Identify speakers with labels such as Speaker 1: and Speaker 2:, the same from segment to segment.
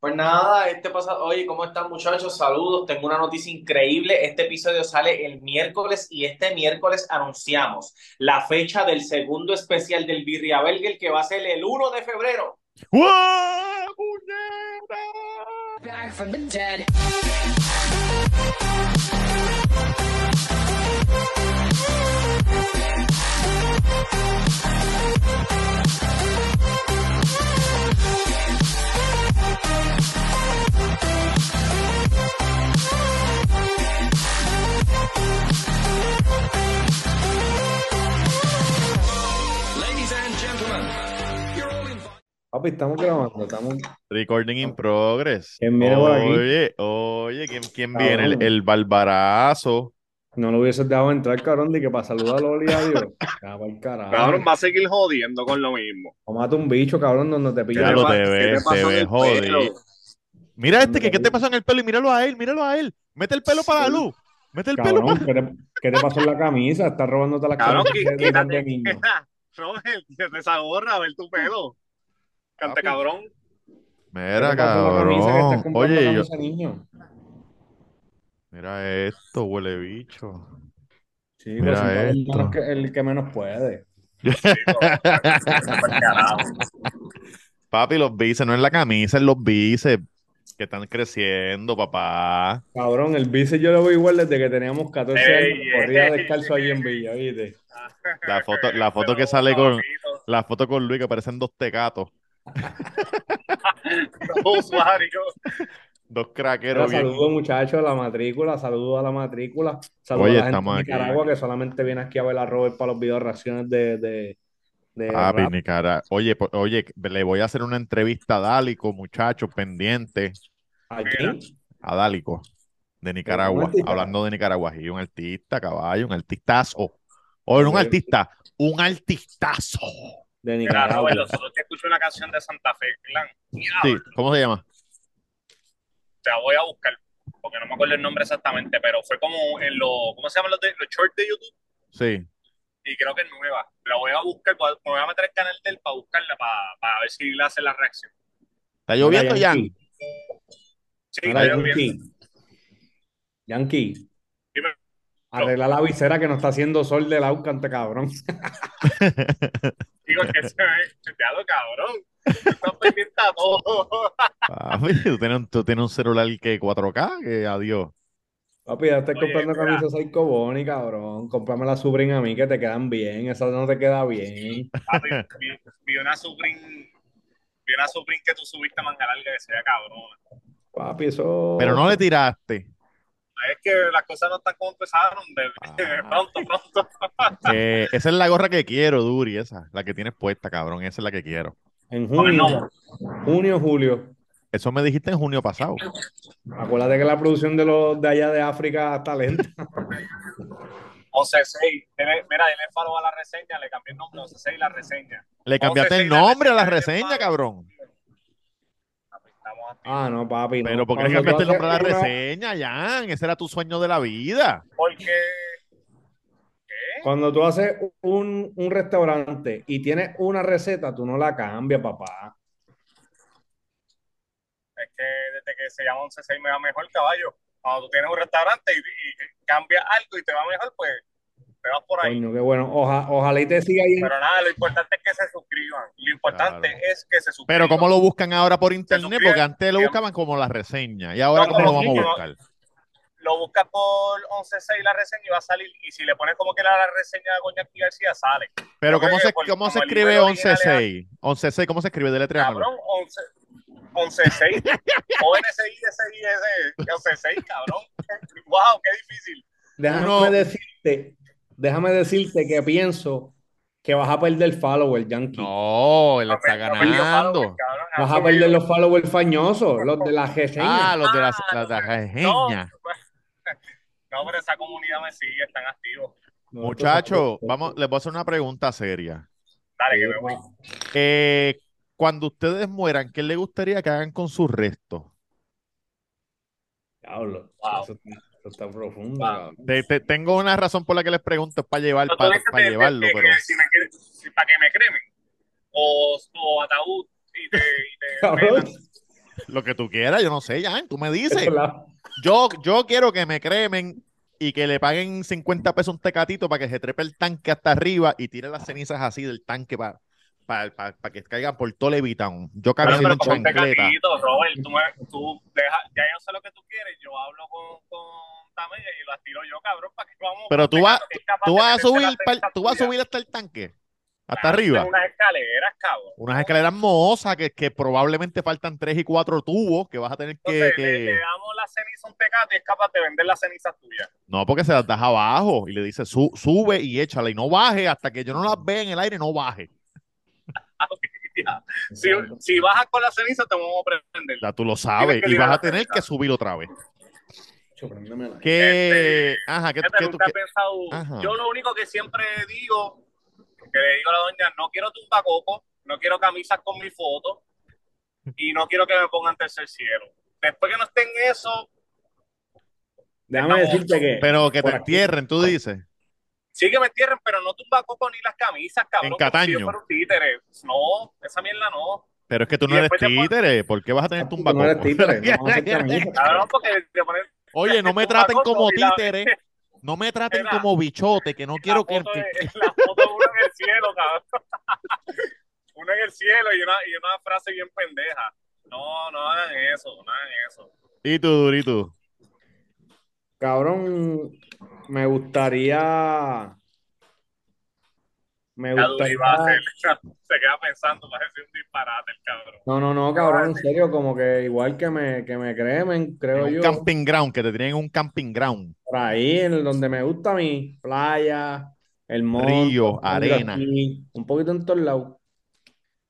Speaker 1: Pues nada, este pasado, oye, ¿cómo están muchachos? Saludos, tengo una noticia increíble. Este episodio sale el miércoles y este miércoles anunciamos la fecha del segundo especial del Birria Belger que va a ser el 1 de febrero.
Speaker 2: ¡Guau, puñeta!
Speaker 3: Back from the dead.
Speaker 4: Papi, estamos grabando, estamos.
Speaker 2: Recording in progress.
Speaker 4: ¿Quién viene por aquí? Ah,
Speaker 2: Oye, oye, ¿quién, quién viene? El,
Speaker 4: Cabrón.
Speaker 2: el barbarazo.
Speaker 4: No lo hubieses dejado entrar, cabrón, de que para saludar a Loli, adiós. Ya, pa'l carajo.
Speaker 5: Cabrón, va a seguir jodiendo con lo mismo.
Speaker 4: O mata un bicho, cabrón, donde te pilla.
Speaker 2: Ya
Speaker 5: ¿Qué
Speaker 2: lo
Speaker 5: pa-
Speaker 2: te
Speaker 5: qué
Speaker 2: ves,
Speaker 5: pasó
Speaker 2: te
Speaker 5: en
Speaker 2: ves
Speaker 5: el
Speaker 2: jodido.
Speaker 5: pelo?
Speaker 2: Mira este, que ¿qué te
Speaker 4: Mira.
Speaker 2: pasó en el pelo? Y míralo a él, míralo a él. Mete el pelo para la luz. Mete el pelo
Speaker 4: Cabrón,
Speaker 2: para...
Speaker 4: ¿qué te, qué te pasó en la camisa? Estás robándote las
Speaker 5: Cabrón,
Speaker 4: camisas de-
Speaker 5: que-
Speaker 4: de,
Speaker 5: quítate.
Speaker 4: niño.
Speaker 5: Robert, quítate esa gorra, a ver tu pelo. Cante
Speaker 4: Papi.
Speaker 5: cabrón.
Speaker 4: ¿Qué te
Speaker 2: Mira,
Speaker 4: pasó en la camisa que
Speaker 2: cabrón.
Speaker 4: estás comprando
Speaker 2: Oye, yo...
Speaker 4: camisa de niño?
Speaker 2: Mira esto, huele bicho.
Speaker 4: Sí,
Speaker 2: Mira
Speaker 4: pues, siempre el,
Speaker 2: esto.
Speaker 4: menos que, el que menos puede.
Speaker 5: Chico, pa'l carajo.
Speaker 2: Papi, los bíceps, no es la camisa, es los bíceps que están creciendo, papá.
Speaker 4: Cabrón, el bíceps yo lo veo igual desde que teníamos 14 años.
Speaker 5: Ey,
Speaker 4: Corría
Speaker 5: ey.
Speaker 4: descalzo ahí en Villa, ¿viste?
Speaker 2: La foto- la foto que
Speaker 5: Pero,
Speaker 2: sale con-
Speaker 5: papito,
Speaker 2: La foto con Luis que parecen dos tecatos,
Speaker 5: Usuario.
Speaker 2: dos
Speaker 4: Pero
Speaker 2: craqueros bien.
Speaker 4: saludo, muchachos, a la matrícula, saludo a la matrícula, saludo
Speaker 2: Oye,
Speaker 4: a la gente
Speaker 2: estamos
Speaker 4: de
Speaker 2: aquí.
Speaker 4: Nicaragua que solamente viene aquí a ver a Robert para los videos de reacciones de, de, de
Speaker 2: Papi,
Speaker 4: rap.
Speaker 2: Nicara- Ah, Oye, po- oye, le voy a hacer una entrevista a Dálico, muchachos, pendiente
Speaker 4: ¿A
Speaker 5: Mira.
Speaker 4: quién?
Speaker 2: a Dálico de Nicaragua,
Speaker 4: artista?
Speaker 2: hablando de Nicaragua, y un artista, caballo, un artistazo. Oye, no un
Speaker 4: Oye.
Speaker 2: artista, un artistazo.
Speaker 4: De
Speaker 5: Mira,
Speaker 4: Nicaragua.
Speaker 5: Robert, los otros te escuché una canción de Santa Fe Clan.
Speaker 2: Sí, ¿cómo se llama?
Speaker 5: Te la voy a buscar, porque no me acuerdo el nombre exactamente, pero fue como en los, ¿cómo se llaman los, de, los shorts de YouTube?
Speaker 2: Sí.
Speaker 5: Y creo que es nueva. La voy a buscar, voy a- me voy a meter al canal del para buscarla, para, para ver si le hace la reacción.
Speaker 2: ¿Está
Speaker 4: Mira,
Speaker 2: lloviendo, ya?
Speaker 4: Yankee.
Speaker 5: Sí,
Speaker 4: Mira,
Speaker 5: está lloviendo.
Speaker 4: Yankee. Yankee,
Speaker 5: Dime.
Speaker 4: arregla la visera que nos está haciendo sol de la cante cabrón.
Speaker 5: Digo que se ve, chateado, cabrón. Estás pendiente a todo.
Speaker 2: Papi, tú tienes, un- tú tienes un celular que 4K, que adiós.
Speaker 4: Papi, ya estoy
Speaker 5: Oye,
Speaker 4: comprando
Speaker 5: mira.
Speaker 4: camisas Psycho Bonnie, cabrón. Cómprame la Subrin a mí que te quedan bien. Esa no te queda bien.
Speaker 5: Papi, vi, vi una Supreme, vi una Supreme que tú subiste a manga larga que se vea cabrona.
Speaker 4: Papi, eso.
Speaker 2: Pero no le tiraste.
Speaker 5: Es que las cosas no están como empezaron. De,
Speaker 2: Ah.
Speaker 5: pronto, pronto.
Speaker 2: Eh, esa es la gorra que quiero, Duri, esa, la que tienes puesta, cabrón, esa es la que quiero.
Speaker 4: En
Speaker 5: Bueno.
Speaker 4: junio, junio, julio.
Speaker 2: Eso me dijiste en junio pasado.
Speaker 4: Acuérdate que la producción de los de allá de África está lenta.
Speaker 5: 11-6. Dele- Mira, dile faro a la reseña, le cambié el nombre 11-6 la reseña.
Speaker 2: Le cambiaste el nombre a la reseña, cabrón.
Speaker 5: Papi, Estamos activos.
Speaker 4: Ah, no, papi, no.
Speaker 2: Pero ¿por qué le
Speaker 4: Cuando tú
Speaker 2: cambiaste el nombre a la
Speaker 4: haces una-
Speaker 2: reseña, Jan? Ese era tu sueño de la vida.
Speaker 5: Porque. ¿Qué?
Speaker 4: Cuando tú haces un, un restaurante y tienes una receta, tú no la cambias, papá.
Speaker 5: Es que desde que se llama 11-6 me va mejor, caballo. Cuando tú tienes un restaurante y, y cambias algo y te va mejor, pues te vas por ahí.
Speaker 4: Coño, qué bueno. Oja- ojalá y te siga yendo.
Speaker 5: Pero nada, lo importante es que se suscriban. Lo importante
Speaker 2: Claro.
Speaker 5: es que se suscriban.
Speaker 2: Pero ¿cómo lo buscan ahora por internet?
Speaker 5: suscribe,
Speaker 2: Porque antes lo
Speaker 5: digamos.
Speaker 2: buscaban como la reseña. ¿Y ahora
Speaker 5: No,
Speaker 2: cómo lo
Speaker 5: no,
Speaker 2: vamos a
Speaker 5: no.
Speaker 2: buscar?
Speaker 5: Lo buscas por 11.6 la reseña y va a salir. Y si le pones como que la, la reseña de Coñaki García, sale.
Speaker 2: Pero
Speaker 5: yo creo
Speaker 2: ¿cómo
Speaker 5: que
Speaker 2: se,
Speaker 5: por-
Speaker 2: cómo se
Speaker 5: como el
Speaker 2: escribe
Speaker 5: libro original
Speaker 2: 11.6? 11.6, ¿cómo se escribe? Deletreámoslo.
Speaker 5: Cabrón, 11, 11.6. ONCISIS, 11.6, cabrón. Wow, qué difícil.
Speaker 4: Déjame
Speaker 2: Uno-
Speaker 4: decirte, déjame decirte que pienso que vas a perder followers, Yankee.
Speaker 2: No, él está
Speaker 5: Ha perdido
Speaker 2: ganando.
Speaker 5: followers, pues, cabrón. Ha
Speaker 4: Vas a
Speaker 5: subido.
Speaker 4: perder los followers fañosos, los de la reseña.
Speaker 2: Ah, los de la,
Speaker 5: Ah,
Speaker 2: la- la
Speaker 5: No,
Speaker 2: reseña.
Speaker 5: no, pero esa comunidad me sigue, están activos.
Speaker 4: No, tú
Speaker 2: Muchachos,
Speaker 4: sabes.
Speaker 2: vamos, les voy a hacer una pregunta seria.
Speaker 5: Dale, que me voy.
Speaker 2: Eh, cuando ustedes mueran, ¿qué les gustaría que hagan con sus restos?
Speaker 4: Diablo,
Speaker 5: Wow.
Speaker 4: eso está, eso está profundo,
Speaker 5: Wow.
Speaker 4: cabrón.
Speaker 2: Te- te- tengo una razón por la que les pregunto, es para llevar,
Speaker 5: Pero tú
Speaker 2: para,
Speaker 5: dices
Speaker 2: para
Speaker 5: de- de-
Speaker 2: llevarlo,
Speaker 5: de-
Speaker 2: pero
Speaker 5: que este, si me quieren- si- para que me cremen. O, o ataúd y te, y te
Speaker 4: Cabrón.
Speaker 5: velan.
Speaker 2: Lo que tú quieras, yo no sé, Jan, tú me dices.
Speaker 4: La-
Speaker 2: Yo, yo quiero que me cremen y que le paguen 50 pesos un tecatito para que se trepe el tanque hasta arriba y tire las cenizas así del tanque para que caigan por todo Levitown. Yo
Speaker 5: Pero,
Speaker 2: caminando en
Speaker 5: pero ponte
Speaker 2: chancleta.
Speaker 5: gatito, Robert, tú, me- tú deja, ya yo sé lo que tú quieres, yo hablo con, con Tamella y las tiro yo, cabrón, para que vamos.
Speaker 2: Pero tú
Speaker 5: ponte
Speaker 2: vas-
Speaker 5: gato, que es capaz
Speaker 2: ¿Tú
Speaker 5: de
Speaker 2: vas a
Speaker 5: meterse
Speaker 2: subir,
Speaker 5: la Ah,
Speaker 2: pa'l-
Speaker 5: cesta
Speaker 2: tú vas a
Speaker 5: tuya.
Speaker 2: subir hasta el tanque? Hasta
Speaker 5: Claro,
Speaker 2: arriba.
Speaker 5: en Unas escaleras, cabrón.
Speaker 2: Unas escaleras mohosas que, que probablemente faltan tres y cuatro tubos que vas a tener que...
Speaker 5: Entonces, eh, le,
Speaker 2: que-
Speaker 5: le damos la ceniza a un tecato y es capaz de vender la ceniza tuya.
Speaker 2: No, porque se las das abajo y le dices "Su- sube y échala y no baje hasta que yo no las vea en el aire, no baje.
Speaker 5: Si, si bajas con la ceniza, te vamos a prender.
Speaker 2: Ya tú lo sabes
Speaker 5: que
Speaker 2: y vas
Speaker 5: tirar
Speaker 2: a
Speaker 5: la Este,
Speaker 2: tener
Speaker 5: ceniza.
Speaker 2: que subir otra vez.
Speaker 4: Chacho, préndeme la-
Speaker 2: Que, ajá, que,
Speaker 5: Fíjate,
Speaker 2: que tú-
Speaker 5: nunca he
Speaker 2: que-
Speaker 5: pensado-
Speaker 2: Ajá.
Speaker 5: Yo lo único que siempre digo, que le digo a la doña, no quiero tumbacoco, no quiero camisas con mi foto y no quiero que me pongan tercer cielo. Después que no estén eso,
Speaker 4: Déjame decirte que.
Speaker 2: pero que te
Speaker 4: por aquí.
Speaker 2: entierren, tú dices.
Speaker 5: sí que me entierren, pero no tumbacoco ni las camisas, cabrón.
Speaker 2: En
Speaker 5: como si
Speaker 2: Cataño.
Speaker 5: yo fuera un títere. No, esa mierda no.
Speaker 2: Pero es que tú no
Speaker 5: Y
Speaker 2: eres
Speaker 5: después te pon-
Speaker 2: títere, ¿por qué vas a tener
Speaker 4: Chacho, tú no eres
Speaker 2: tumbacoco?
Speaker 4: títere, no vas a hacer camisa.
Speaker 5: Cabrón, porque te ponen
Speaker 2: Oye, no me
Speaker 5: El
Speaker 2: traten
Speaker 5: tumbacoco
Speaker 2: como
Speaker 5: y la-
Speaker 2: títere, no me traten
Speaker 5: Era-
Speaker 2: como bichote, que no quiero
Speaker 5: la
Speaker 2: que...
Speaker 5: foto
Speaker 2: que-
Speaker 5: de- la foto de uno en el cielo, cabrón. uno en el cielo y una, y una frase bien pendeja. No, no hagan eso, no hagan eso.
Speaker 2: Y tú, Durito.
Speaker 4: Cabrón, me gustaría. Me
Speaker 5: Ya Duri va a
Speaker 4: gustaría.
Speaker 5: hacer- se queda pensando, va a decir un disparate el cabrón.
Speaker 4: No, no, no, cabrón, en serio, como que igual que me, que me cremen,
Speaker 2: En
Speaker 4: creo
Speaker 2: un
Speaker 4: yo,
Speaker 2: camping ground, que te tienen en un camping ground.
Speaker 4: por ahí, en donde me gusta mi playa, el monte,
Speaker 2: Río,
Speaker 4: un poquito
Speaker 2: arena.
Speaker 4: aquí, un poquito en todos lados.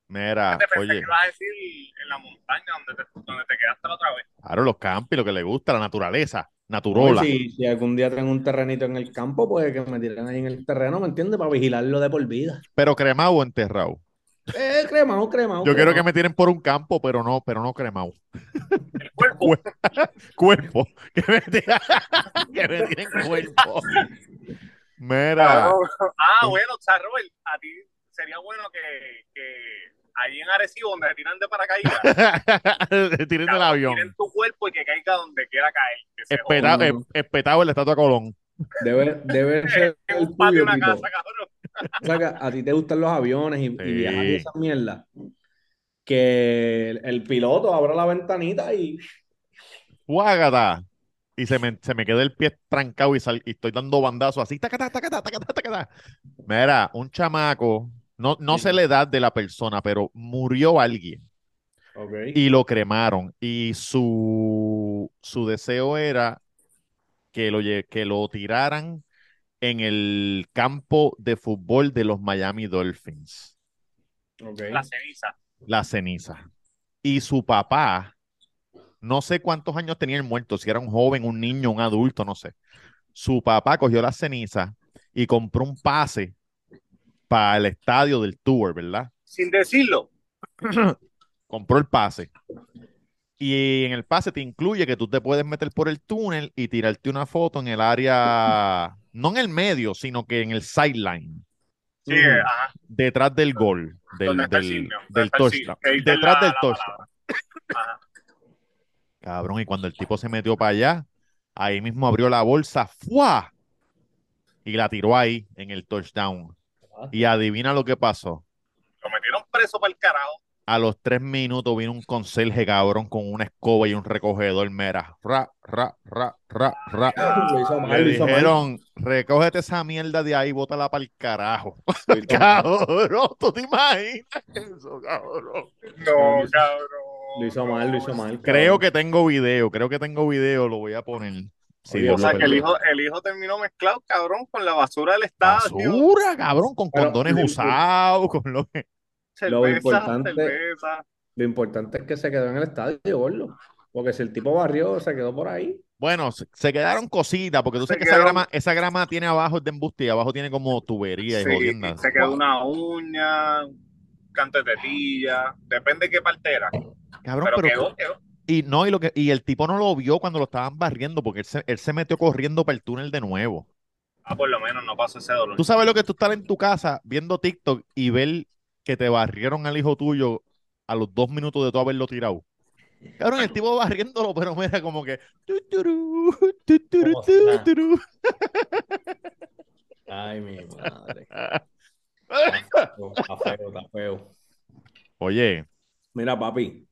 Speaker 2: Mira,
Speaker 5: Te pensé
Speaker 2: oye,
Speaker 5: que ibas a decir en la montaña donde te, donde te quedaste la otra vez.
Speaker 2: claro, los camping, lo que le gusta, la naturaleza,
Speaker 4: Oye,
Speaker 2: naturola.
Speaker 4: Pues Si, si algún día tengo un terrenito en el campo, pues que me tiren ahí en el terreno, ¿me entiendes? Para vigilarlo de por vida.
Speaker 2: Pero cremado o enterrado.
Speaker 4: Eh, cremao, cremao,
Speaker 2: Yo quiero que
Speaker 4: cremao.
Speaker 2: me tiren por un campo, pero no, pero no cremado.
Speaker 5: El cuerpo,
Speaker 2: Cuerpo. Que me tiren, que me tiren cuerpo. Mira,
Speaker 5: Ah, bueno, o sea, Robert, a ti sería bueno que, que ahí en Arecibo, donde se tiran de paracaídas,
Speaker 2: tiren del
Speaker 5: cabrón,
Speaker 2: avión.
Speaker 5: tiren tu cuerpo y que caiga donde quiera caer. que se joda.
Speaker 2: Espetado,
Speaker 4: Mm.
Speaker 2: es- espetado en la estatua de Colón.
Speaker 4: Debe, debe ser
Speaker 5: En
Speaker 4: el
Speaker 5: un patio de
Speaker 4: tuyo,
Speaker 5: una
Speaker 4: Kiko.
Speaker 5: casa, cabrón.
Speaker 4: O sea, que a ti te gustan los aviones y, y viajar y
Speaker 2: Sí.
Speaker 4: esas mierdas. Que el, el piloto abra la ventanita y
Speaker 2: ¡Guágata! Y se me, se me queda el pie trancado y, sal- y estoy dando bandazos así. tacatá, tacatá, tacatá, tacatá. Mira, un chamaco, no, no sé la edad de la persona, pero murió alguien. y lo cremaron. Y su, su deseo era que lo, lle- que lo tiraran en el campo de fútbol de los Miami Dolphins,
Speaker 4: Ok,
Speaker 5: La ceniza.
Speaker 2: la ceniza. Y su papá, no sé cuántos años tenía el muerto, si era un joven, un niño, un adulto, no sé. Su papá cogió la ceniza y compró un pase para el estadio del tour, ¿verdad?
Speaker 5: Sin decirlo.
Speaker 2: compró el pase. Y en el pase te incluye que tú te puedes meter por el túnel y tirarte una foto en el área, no en el medio, sino que en el sideline,
Speaker 5: Sí,
Speaker 4: Ujú.
Speaker 5: ajá.
Speaker 2: detrás del gol, del,
Speaker 5: Donde está el
Speaker 2: del-
Speaker 5: signo, donde
Speaker 2: del
Speaker 5: está el signo,
Speaker 2: touchdown,
Speaker 5: que dice
Speaker 2: detrás
Speaker 5: la-
Speaker 2: del
Speaker 5: la
Speaker 2: touchdown.
Speaker 5: Ajá.
Speaker 2: Cabrón, y cuando el tipo se metió para allá, ahí mismo abrió la bolsa, ¡fua! Y la tiró ahí, en el touchdown. Y adivina lo que pasó.
Speaker 5: Lo metieron preso para el carajo.
Speaker 2: A los tres minutos vino un conserje cabrón con una escoba y un recogedor. Mera, ra, ra, ra, ra, ra.
Speaker 4: Lo hizo mal,
Speaker 2: Le
Speaker 4: lo hizo mal.
Speaker 2: dijeron, recógete esa mierda de ahí, bótala para el carajo.
Speaker 4: Lo hizo mal.
Speaker 2: Cabrón, ¿tú te imaginas eso, cabrón?
Speaker 5: No,
Speaker 4: hizo-
Speaker 5: cabrón.
Speaker 4: Lo hizo mal, lo hizo mal.
Speaker 2: Creo
Speaker 4: cabrón.
Speaker 2: que tengo video, creo que tengo video, lo voy a poner. Sí,
Speaker 4: Oye,
Speaker 2: Dios
Speaker 5: O sea,
Speaker 2: lo
Speaker 5: que el
Speaker 2: bendiga.
Speaker 5: hijo, el hijo terminó mezclado, cabrón, con la basura del estadio.
Speaker 2: Basura, cabrón, con
Speaker 4: Pero-
Speaker 2: condones usados, con lo que...
Speaker 4: Lo
Speaker 5: Cerveza,
Speaker 4: importante-
Speaker 5: cerveza.
Speaker 4: Lo importante es que se quedó en el estadio, gordo. Porque si el tipo barrió, se quedó por ahí.
Speaker 2: Bueno, se, se quedaron cositas, porque tú
Speaker 5: Se
Speaker 2: sabes que esa
Speaker 5: quedaron-
Speaker 2: grama, esa grama tiene abajo es de embuste y abajo tiene como tubería y
Speaker 5: Sí,
Speaker 2: jodienda.
Speaker 5: se quedó una uña, canto de tetilla, depende de qué partera.
Speaker 2: Cabrón,
Speaker 5: Pero
Speaker 2: pero
Speaker 5: quedó, quedó.
Speaker 2: y no, y lo que, y el tipo no lo vio cuando lo estaban barriendo, porque él se, él se metió corriendo para el túnel de nuevo.
Speaker 5: Ah, por lo menos no pasó ese dolor.
Speaker 2: Tú sabes lo que es tú estar en tu casa viendo TikTok y ver que te barrieron al hijo tuyo a los dos minutos de tú haberlo tirado. Cabrón, el tipo barriéndolo, pero mira, como que. tu, turú, tu, turú,
Speaker 3: Como
Speaker 2: tu,
Speaker 3: nada.
Speaker 2: turú.
Speaker 3: Ay, mi madre.
Speaker 2: Ah.
Speaker 3: Está feo, está feo, está feo.
Speaker 2: Oye,
Speaker 4: Mira, papi.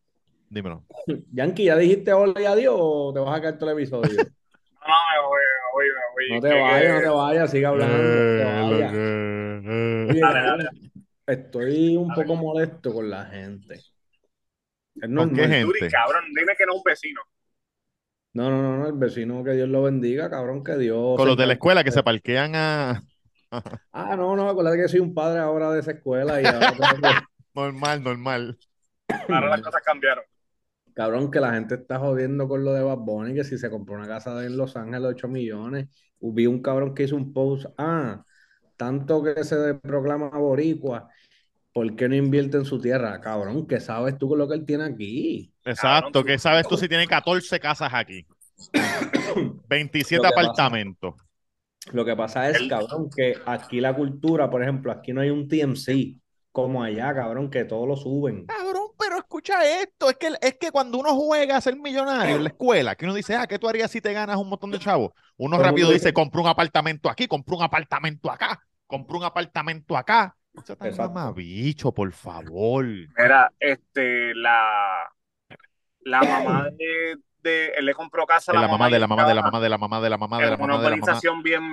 Speaker 2: dímelo.
Speaker 4: Yankee, ¿ya dijiste hola y adiós o te vas a caer todo el episodio?
Speaker 5: No, no, me voy, me voy, me voy.
Speaker 4: No te
Speaker 5: Que-
Speaker 4: vayas, no te vayas, sigue hablando. no te
Speaker 2: Eh,
Speaker 4: vayas.
Speaker 2: eh, eh.
Speaker 4: Oye,
Speaker 5: Dale, dale.
Speaker 4: Estoy un poco molesto con la gente. Es
Speaker 2: ¿Con qué
Speaker 4: normal.
Speaker 5: Duri,
Speaker 2: gente?
Speaker 5: cabrón, dime que no es un vecino.
Speaker 4: No, no, no, no, el vecino, que Dios lo bendiga, cabrón, que Dios.
Speaker 2: Con los de la
Speaker 4: se encargue.
Speaker 2: escuela que se parquean a.
Speaker 4: Ah, no, no, acuérdate que soy un padre ahora de esa escuela y ahora tengo que-
Speaker 2: Normal, normal.
Speaker 5: Ahora las cosas cambiaron.
Speaker 4: Cabrón, que la gente está jodiendo con lo de Bad Bunny, que si se compró una casa de en Los Ángeles, 8 millones. Vi un cabrón que hizo un post, ah, tanto que se proclama boricua, ¿por qué no invierte en su tierra? Cabrón, ¿qué sabes tú con lo que él tiene aquí?
Speaker 2: Exacto.
Speaker 5: Cabrón,
Speaker 2: ¿Qué sabes tú si tiene 14 casas aquí? 27
Speaker 4: Lo que pasa.
Speaker 2: apartamentos.
Speaker 4: Lo que pasa es,
Speaker 5: El-
Speaker 4: cabrón, que aquí la cultura, por ejemplo, aquí no hay un TMC como allá, cabrón, que todo lo suben.
Speaker 2: Cabrón, pero escucha esto, es que, es que cuando uno juega a ser millonario en la escuela, que uno dice, ah, ¿qué tú harías si te ganas un montón de chavos? Uno
Speaker 4: Todo el
Speaker 2: rápido
Speaker 4: mundo
Speaker 2: dice,
Speaker 4: dice-
Speaker 2: compro un apartamento aquí, compro un apartamento acá, compro un apartamento acá. Eso está
Speaker 4: Exacto.
Speaker 2: mamabicho, por favor.
Speaker 5: Mira, este, la, la mamá de, de- él le compró casa a
Speaker 2: De la mamá, de la
Speaker 5: y
Speaker 2: mamá, de la
Speaker 5: estaba
Speaker 2: mamá, de la mamá, de la mamá, de
Speaker 5: en
Speaker 2: la
Speaker 5: una
Speaker 2: mamá, de la mamá.
Speaker 5: urbanización bien,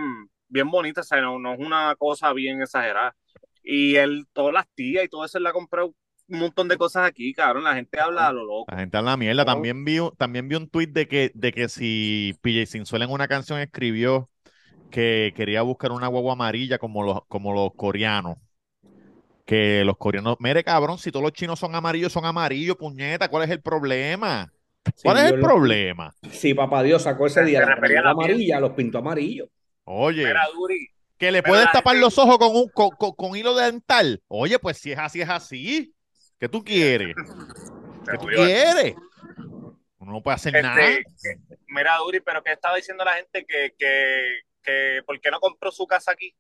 Speaker 5: bien bonita, o sea, no, no es una cosa bien exagerada. Y él, todas las tías y todo eso, él le ha comprado un montón de cosas aquí, cabrón. La gente habla a lo loco.
Speaker 2: La gente habla mierda.
Speaker 4: Cabrón.
Speaker 2: También vi, un- también vi un tuit de que, de que si PJ Sinsuela en una canción escribió que quería buscar una guagua amarilla como los, como los coreanos. Que los coreanos, mire cabrón, si todos los chinos son amarillos, son amarillos, puñeta, ¿cuál es el problema? ¿Cuál
Speaker 4: Sí,
Speaker 2: es
Speaker 4: yo
Speaker 2: el
Speaker 4: lo-
Speaker 2: problema?
Speaker 4: Sí, papá Dios sacó ese día
Speaker 5: Se
Speaker 4: la
Speaker 5: refería a la
Speaker 4: película amarilla, los pintó amarillo.
Speaker 2: Oye,
Speaker 5: Mira, este Duri,
Speaker 2: que le
Speaker 5: pero
Speaker 2: puedes
Speaker 5: la
Speaker 2: tapar
Speaker 5: gente-
Speaker 2: los ojos con un con, con- con hilo dental. Oye, pues si es así, es así. ¿Qué tú quieres?
Speaker 5: te
Speaker 2: ¿Qué tú
Speaker 5: jodió.
Speaker 2: quieres? Uno no puede hacer
Speaker 5: Este,
Speaker 2: nada.
Speaker 5: que- mira, Duri, pero que estaba diciendo la gente que, que, que ¿por qué no compró su casa aquí?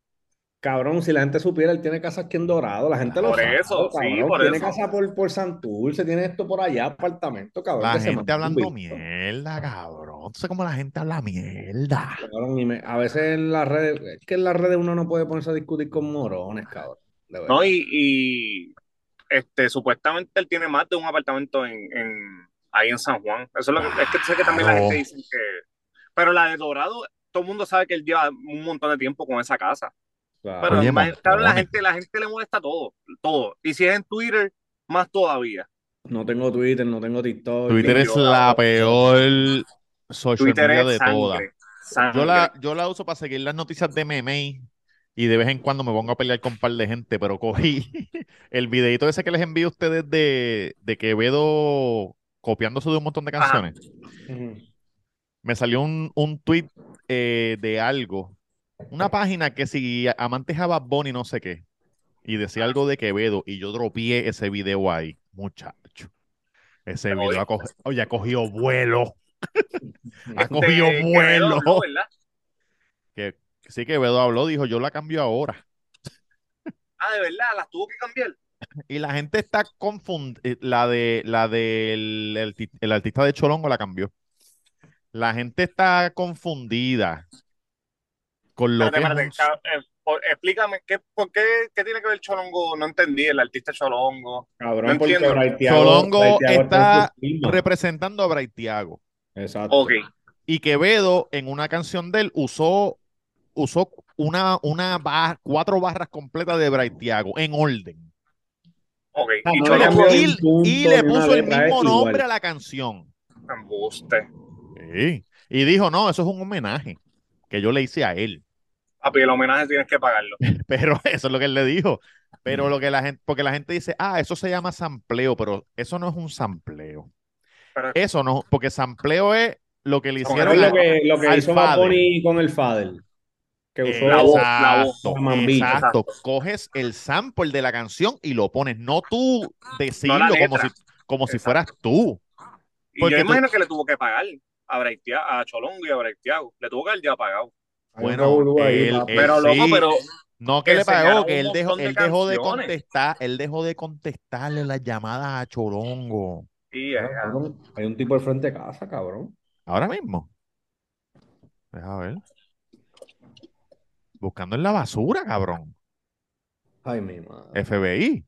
Speaker 4: Cabrón, si la gente supiera, él tiene casa aquí en Dorado, la gente lo
Speaker 5: Por
Speaker 4: sabe,
Speaker 5: eso, Oh, sí,
Speaker 4: cabrón.
Speaker 5: por
Speaker 4: Tiene
Speaker 5: eso.
Speaker 4: casa por, por Santurce, tiene esto por allá, apartamento, cabrón,
Speaker 2: La
Speaker 4: que se
Speaker 2: gente
Speaker 4: mantiene
Speaker 2: hablando
Speaker 4: invicto.
Speaker 2: mierda, cabrón. Tú sabes cómo la gente habla mierda.
Speaker 4: Cabrón, y me- a veces en las redes, es que en las redes uno no puede ponerse a discutir con morones, cabrón. de verdad.
Speaker 5: ¿no? Y, y, este, supuestamente él tiene más de un apartamento en, en- ahí en San Juan. Eso es lo que, es que sé que también la
Speaker 2: Claro.
Speaker 5: gente dice que. Pero la de Dorado, todo el mundo sabe que él lleva un montón de tiempo con esa casa.
Speaker 4: Claro.
Speaker 5: Pero
Speaker 2: Ah, Oye,
Speaker 5: más- claro, la
Speaker 2: montones.
Speaker 5: gente, la gente le molesta todo, todo. Y si es en Twitter, más todavía.
Speaker 4: No tengo Twitter, no tengo TikTok.
Speaker 2: Twitter es
Speaker 5: yo-
Speaker 2: la peor social
Speaker 5: Twitter
Speaker 2: media
Speaker 5: es
Speaker 2: de todas.
Speaker 5: sangre, sangre.
Speaker 2: Yo la, yo la uso para seguir las noticias de meme y de vez en cuando me pongo a pelear con un par de gente, pero cogí el videito ese que les envío a ustedes de, de Quevedo copiándose de un montón de
Speaker 5: Ajá.
Speaker 2: canciones.
Speaker 4: Ujú.
Speaker 2: me salió un, un tweet eh, de algo. Una página que si amantes a Bad Bunny, no sé qué. Y decía algo de Quevedo. Y yo dropié ese video ahí, muchacho. Ese
Speaker 5: Pero,
Speaker 2: video
Speaker 5: oye.
Speaker 2: ha cogido, oye, ha cogido vuelo. ha
Speaker 5: Este,
Speaker 2: cogido
Speaker 5: que
Speaker 2: vuelo.
Speaker 5: Quevedo habló, ¿verdad?
Speaker 2: Sí, Quevedo habló, dijo, yo la cambio ahora.
Speaker 5: Ah, de verdad, las tuvo que cambiar.
Speaker 2: Y la gente está confundida. La de la del el, arti- el artista de Cholongo la cambió. La gente está confundida con lo
Speaker 5: Espérate,
Speaker 2: que es un-
Speaker 5: espérate, ca- eh, por- explícame, ¿qué, ¿por qué, qué tiene que ver Cholongo? No entendí, el artista Cholongo.
Speaker 4: Cabrón,
Speaker 5: No
Speaker 4: porque
Speaker 5: entiendo.
Speaker 4: Braithiago-
Speaker 2: Cholongo
Speaker 4: Braithiago
Speaker 2: está
Speaker 4: en su firma.
Speaker 2: representando a Braithiago.
Speaker 4: Exacto.
Speaker 5: Ok.
Speaker 2: Y Quevedo, en una canción de él, usó, usó una, una ba- cuatro barras completas de Braithiago en orden.
Speaker 5: Ok,
Speaker 4: Ah,
Speaker 2: Y,
Speaker 4: no,
Speaker 5: y
Speaker 4: le
Speaker 2: le-
Speaker 5: Cholongo
Speaker 4: cambió
Speaker 2: y-
Speaker 4: un punto
Speaker 2: y le
Speaker 4: ni una
Speaker 2: puso el
Speaker 4: letra, es
Speaker 2: mismo nombre
Speaker 4: igual.
Speaker 2: a la canción.
Speaker 5: embuste.
Speaker 2: Y dijo, no, eso es un homenaje que yo le hice a él.
Speaker 5: Papi, el homenaje tienes que pagarlo.
Speaker 2: Pero eso es lo que él le dijo. Pero
Speaker 4: Mm.
Speaker 2: lo que la gente, porque la gente dice, ah, eso se llama sampleo, pero eso no es un sampleo.
Speaker 5: Pero-
Speaker 2: Eso no, porque sampleo es lo que le
Speaker 5: Como
Speaker 2: hicieron
Speaker 4: Es
Speaker 2: a,
Speaker 4: lo que, lo que
Speaker 2: al
Speaker 4: hizo Bad
Speaker 2: Fader.
Speaker 4: Bunny con el Fader. Que usó
Speaker 5: Eh, la voz, la voz.
Speaker 2: Exacto,
Speaker 4: La mambilla.
Speaker 2: exacto. Coges el sample de la canción y lo pones, no tú decirlo
Speaker 5: No la
Speaker 2: como si,
Speaker 5: letra.
Speaker 2: como si
Speaker 5: Exacto.
Speaker 2: fueras tú.
Speaker 5: Y
Speaker 2: Porque
Speaker 5: yo
Speaker 2: tú-
Speaker 5: imagino que le tuvo que pagar a, Braithia- a Cholongo y a Braithiago. Le tuvo que haber ya pagado.
Speaker 4: Hay un
Speaker 2: Bueno,
Speaker 4: revolú ahí,
Speaker 2: él-
Speaker 4: papi.
Speaker 2: él
Speaker 5: Pero, loco,
Speaker 2: Eh, sí,
Speaker 5: pero
Speaker 2: no que le
Speaker 5: enseñaron
Speaker 2: pagó,
Speaker 5: un
Speaker 2: que él dejó,
Speaker 5: montón de
Speaker 2: él dejó de
Speaker 5: canciones.
Speaker 2: contestar, él dejó de contestarle las llamadas a Chorongo.
Speaker 5: Y eh,
Speaker 2: Ah,
Speaker 4: Cabrón, hay un tipo al frente de casa, cabrón.
Speaker 2: Ahora mismo. Deja ver. Buscando en la basura, cabrón.
Speaker 4: Ay, mi madre.
Speaker 2: FBI.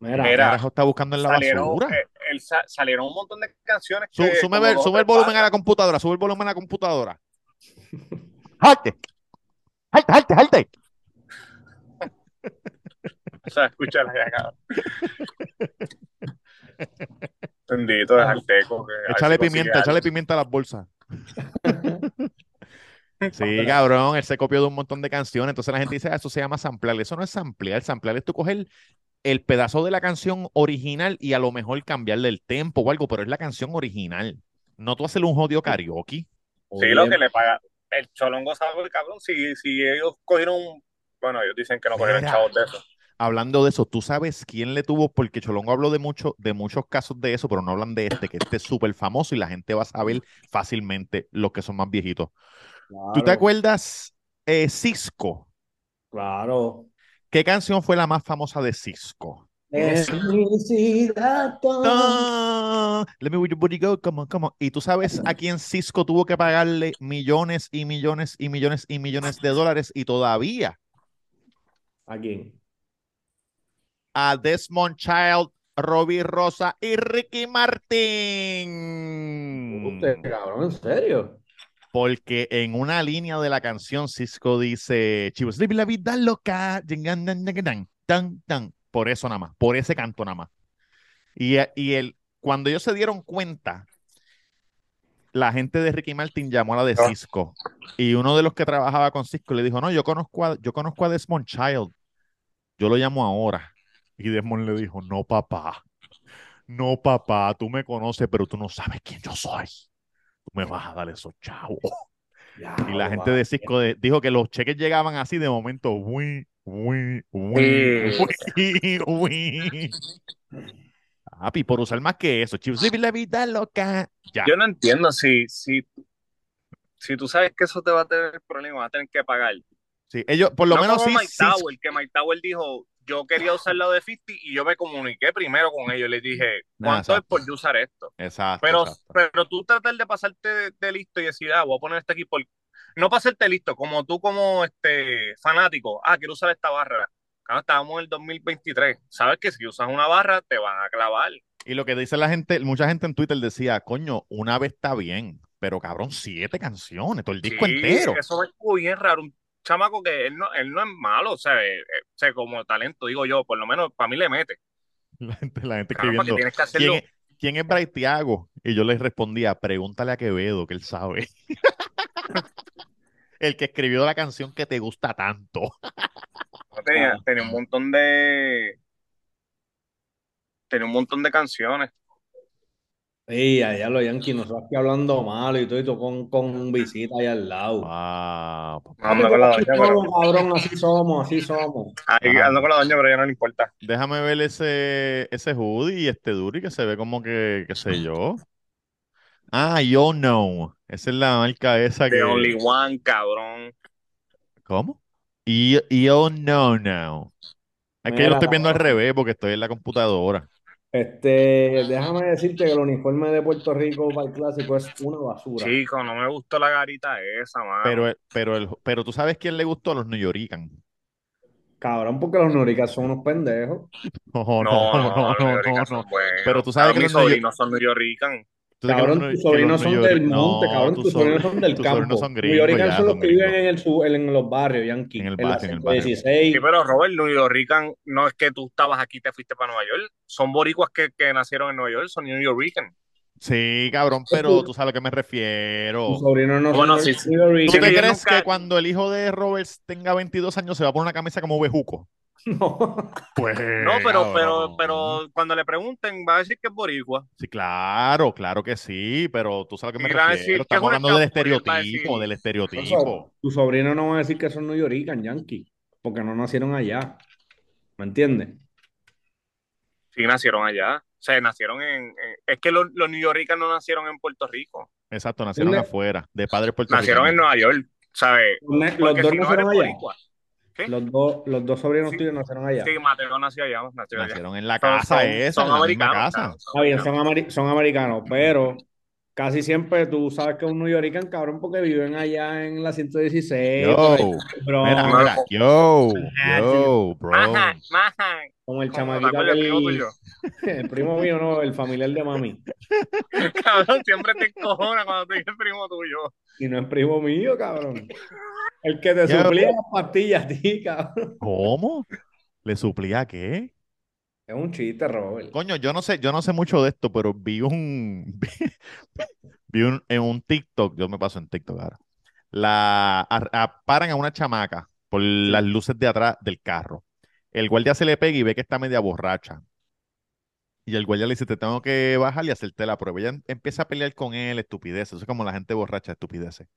Speaker 4: Mira,
Speaker 2: ¿Qué
Speaker 5: Mira,
Speaker 2: carajo está buscando en la
Speaker 5: salieron,
Speaker 2: basura?
Speaker 5: eh, el sa- salieron un montón de canciones.
Speaker 2: Su-
Speaker 5: que
Speaker 2: sube
Speaker 5: Eh, como
Speaker 2: el,
Speaker 5: dos o
Speaker 2: sube el
Speaker 5: tres
Speaker 2: volumen a la computadora, sube el volumen a la computadora. ¡Jalte! ¡Jalte, jalte, jalte!
Speaker 5: O sea, escúchala ya, cabrón. Bendito, es alteco. que a ver
Speaker 2: Échale
Speaker 5: si consigue
Speaker 2: pimienta,
Speaker 5: algo.
Speaker 2: échale pimienta a las bolsas. Sí, cabrón, él se copió de un montón de canciones. Entonces la gente dice, "Ah, eso se llama samplear. Eso no es samplear. Samplear es tú coger el pedazo de la canción original y a lo mejor cambiarle el tempo o algo, pero es la canción original. No tú hacerle un jodido karaoke.
Speaker 5: Sí, lo que le paga. El cholongo sabe, cabrón. Si, si ellos cogieron un. Bueno, ellos dicen que no cogieron
Speaker 2: Mira.
Speaker 5: chavos de eso.
Speaker 2: Hablando de eso, ¿tú sabes quién le tuvo? Porque Cholongo habló de, mucho, de muchos casos de eso, pero no hablan de este, que este es súper famoso y la gente va a saber fácilmente los que son más viejitos. ¿Tú te
Speaker 4: Claro,
Speaker 2: acuerdas, eh, Cisco?
Speaker 4: Claro.
Speaker 2: ¿Qué canción fue la más famosa de Cisco?
Speaker 4: Eh, Felicidad, pa-
Speaker 2: Ah, Let me with your booty go, come on, come on. ¿Y tú sabes a quién Cisco tuvo que pagarle millones y millones y millones y millones de dólares y todavía
Speaker 4: ¿A quién?
Speaker 2: a Desmond Child, Robbie Rosa y Ricky Martin?
Speaker 4: Usted, cabrón, ¿en serio?
Speaker 2: Porque en una línea de la canción Cisco dice, chivos, living la vida loca, ding, dan, dan, dan, dan, dan, dan". por eso nada más, por ese canto nada más. Y, eh, y el, cuando ellos se dieron cuenta, la gente de Ricky Martin llamó a la de Cisco y uno de los que trabajaba con Cisco le dijo, no, yo conozco a, yo conozco a Desmond Child, yo lo llamo ahora. Y Desmond le dijo, no, papá, no, papá, tú me conoces, pero tú no sabes quién yo soy. Tú me vas a dar esos chavos. Y
Speaker 4: Oh,
Speaker 2: la gente de Cisco de- dijo que los cheques llegaban así de momento. Uy, uy, uy, uy, uy. Papi, por usar más que eso. Chips, vive la vida loca. Ya.
Speaker 5: Yo no entiendo si, si, si tú sabes que eso te va a tener problemas, vas a tener que pagar.
Speaker 2: Sí, ellos, por lo
Speaker 5: no
Speaker 2: menos
Speaker 5: como
Speaker 2: sí,
Speaker 5: Mike
Speaker 2: sí-
Speaker 5: Tower, que Mike Tower dijo, yo quería usar la de 50 y yo me comuniqué primero con ellos. Les dije,
Speaker 2: Nah,
Speaker 5: ¿cuánto es
Speaker 2: Ah, exacto.
Speaker 5: por yo usar esto?
Speaker 2: Exacto,
Speaker 5: Pero,
Speaker 2: exacto.
Speaker 5: pero tú tratar de pasarte de, de listo y decir, ah, voy a poner este aquí por... No pasarte listo, como tú como este fanático, ah, quiero usar esta barra. Cuando estábamos en el 2023, sabes que si usas una barra te van a clavar.
Speaker 2: Y lo que dice la gente, mucha gente en Twitter decía, coño, una vez está bien, pero cabrón, siete canciones, todo el disco
Speaker 5: Sí,
Speaker 2: entero.
Speaker 5: Eso es como bien raro. Un chamaco que él no, él no es malo, o sea, eh, eh, o sea, como talento, digo yo, por lo menos para mí le mete.
Speaker 2: La gente, la gente
Speaker 5: Claro, porque
Speaker 2: escribiendo,
Speaker 5: tienes que hacerlo.
Speaker 2: ¿quién es, ¿quién es Bray Thiago? Y yo les respondía, pregúntale a Quevedo, que él sabe. El que escribió la canción que te gusta tanto.
Speaker 5: No,
Speaker 2: Ah.
Speaker 5: tenía, tenía un montón de. Tenía un montón de canciones.
Speaker 4: Sí, allá los Yankees, nosotros aquí hablando malo y todo, y tú con, con visita ahí al lado.
Speaker 2: Ah,
Speaker 4: pues,
Speaker 2: papá.
Speaker 5: Ando con la doña, pero.
Speaker 4: Somos, cabrón, así somos, así somos.
Speaker 5: Ahí,
Speaker 2: Ajá.
Speaker 5: ando con la doña, pero ya no le importa.
Speaker 2: déjame ver ese, ese hoodie y este Duri que se ve como que, qué sé yo. Ah, Yo Know. Esa es la marca esa
Speaker 5: The
Speaker 2: que.
Speaker 5: Only One, cabrón.
Speaker 2: ¿Cómo? Yo, yo Know Now. Es que yo lo estoy
Speaker 4: Mira,
Speaker 2: viendo al revés porque estoy en la computadora.
Speaker 4: Este, déjame decirte que el uniforme de Puerto Rico para el clásico es una basura.
Speaker 5: Chico, no me gustó la garita esa, mano.
Speaker 2: Pero, el- pero, el, pero tú sabes quién le gustó a los neoyoricans.
Speaker 4: Cabrón, porque los noricas son unos pendejos.
Speaker 2: No,
Speaker 5: no,
Speaker 2: no, no, no,
Speaker 5: los
Speaker 2: no,
Speaker 5: neoyoricans
Speaker 2: no.
Speaker 5: son buenos.
Speaker 2: Pero tú sabes
Speaker 5: Ahora
Speaker 2: que
Speaker 5: mis
Speaker 2: los neoyor-
Speaker 5: sobrinos son neoyorrican.
Speaker 2: Tú sabes que los
Speaker 4: Cabrón, tus
Speaker 2: nue- que
Speaker 4: sobrinos
Speaker 2: los
Speaker 4: son
Speaker 2: neoyor-
Speaker 4: del monte,
Speaker 2: No,
Speaker 4: cabrón,
Speaker 2: tus
Speaker 4: tus sobrinos son del
Speaker 2: tus sobrinos
Speaker 4: campo.
Speaker 2: son
Speaker 4: Los
Speaker 2: gringos,
Speaker 4: noricans
Speaker 2: ya,
Speaker 4: son los
Speaker 2: son
Speaker 4: que viven
Speaker 2: gringos.
Speaker 4: en el su- en- en los barrios, Yankee,
Speaker 2: En el
Speaker 4: la
Speaker 2: barrio, en el barrio.
Speaker 4: 116.
Speaker 5: Sí, pero Robert, los neoyorrican no es que tú estabas aquí y te fuiste para Nueva York. Son boricuas que, que nacieron en Nueva York, son neoyorrican.
Speaker 2: Sí, cabrón, pero tú sabes a lo que me refiero.
Speaker 4: Tus sobrinos no son
Speaker 5: Bueno,
Speaker 4: los
Speaker 5: Oh, sí, sí.
Speaker 2: ¿Tú
Speaker 4: noricas.
Speaker 2: te
Speaker 5: Sí, yo
Speaker 2: crees
Speaker 5: nunca-
Speaker 2: que cuando el hijo de Roberts tenga 22 años se va a poner una camisa como bejuco?
Speaker 4: No.
Speaker 2: Pues,
Speaker 5: No, pero, pero,
Speaker 2: cabrón.
Speaker 5: pero cuando le pregunten, va a decir que es boricua.
Speaker 2: Sí, claro, claro que sí, pero tú sabes a lo que me
Speaker 5: Y va a
Speaker 2: refiero.
Speaker 5: decir que es
Speaker 2: Estamos
Speaker 5: una
Speaker 2: hablando del
Speaker 5: chapuza, él va a
Speaker 2: estereotipo,
Speaker 5: decir-
Speaker 2: del estereotipo.
Speaker 4: Tus tu sobrino no va a decir que son neoyoricans, Yankee, porque no nacieron allá. ¿Me entiendes?
Speaker 5: Sí, nacieron allá. O sea, nacieron en. en- es que los, los neoyorricanos no nacieron en Puerto Rico.
Speaker 2: Exacto, nacieron
Speaker 4: Dile-
Speaker 2: afuera, de padres
Speaker 5: Nacieron
Speaker 2: puertorriqueños.
Speaker 5: en Nueva York, ¿sabes?
Speaker 4: Los ne- los
Speaker 5: Porque
Speaker 4: dos
Speaker 5: si no
Speaker 4: nacieron
Speaker 5: eres
Speaker 4: allá.
Speaker 5: boricua. ¿Qué?
Speaker 4: Los dos, los dos sobrinos
Speaker 5: Sí.
Speaker 4: tuyos nacieron allá.
Speaker 5: Sí, Mateo nació allá, pues, nació allá.
Speaker 2: Nacieron en la
Speaker 5: Son-
Speaker 2: casa
Speaker 5: son-
Speaker 2: esa,
Speaker 5: son
Speaker 2: en la misma
Speaker 5: americanos,
Speaker 2: casa.
Speaker 5: claro, son
Speaker 4: Está bien,
Speaker 5: americanos.
Speaker 4: son, ameri- son americanos, pero casi siempre tú sabes que es un newyoricano, cabrón, porque viven allá en la 116, por ahí,
Speaker 2: Yo,
Speaker 4: bro,
Speaker 2: mira,
Speaker 5: no.
Speaker 2: mira, yo,
Speaker 4: Ah,
Speaker 2: yo, bro.
Speaker 5: Majan, majan.
Speaker 4: como el
Speaker 5: Como
Speaker 4: chamaquito
Speaker 5: la cola, el
Speaker 4: aquel-
Speaker 5: primo tuyo.
Speaker 4: el primo mío, no, el familiar de mami.
Speaker 5: Cabrón, siempre te encojona cuando te dice el primo tuyo.
Speaker 4: Y no es primo mío, cabrón. El que te
Speaker 2: Yo-
Speaker 4: suplía las pastillas a ti, cabrón.
Speaker 2: ¿Cómo? ¿Le suplía qué?
Speaker 4: Es un chiste, Robert.
Speaker 2: Coño, yo no sé, yo no sé mucho de esto, pero vi un vi un en un TikTok, yo me paso en TikTok ahora. La a- a- paran a una chamaca por las luces de atrás del carro. El guardia se le pega y ve que está media borracha. Y el guardia le dice, te tengo que bajar y hacerte la prueba. Ella em- empieza a pelear con él, estupideces. Eso es como la gente borracha, estupideces.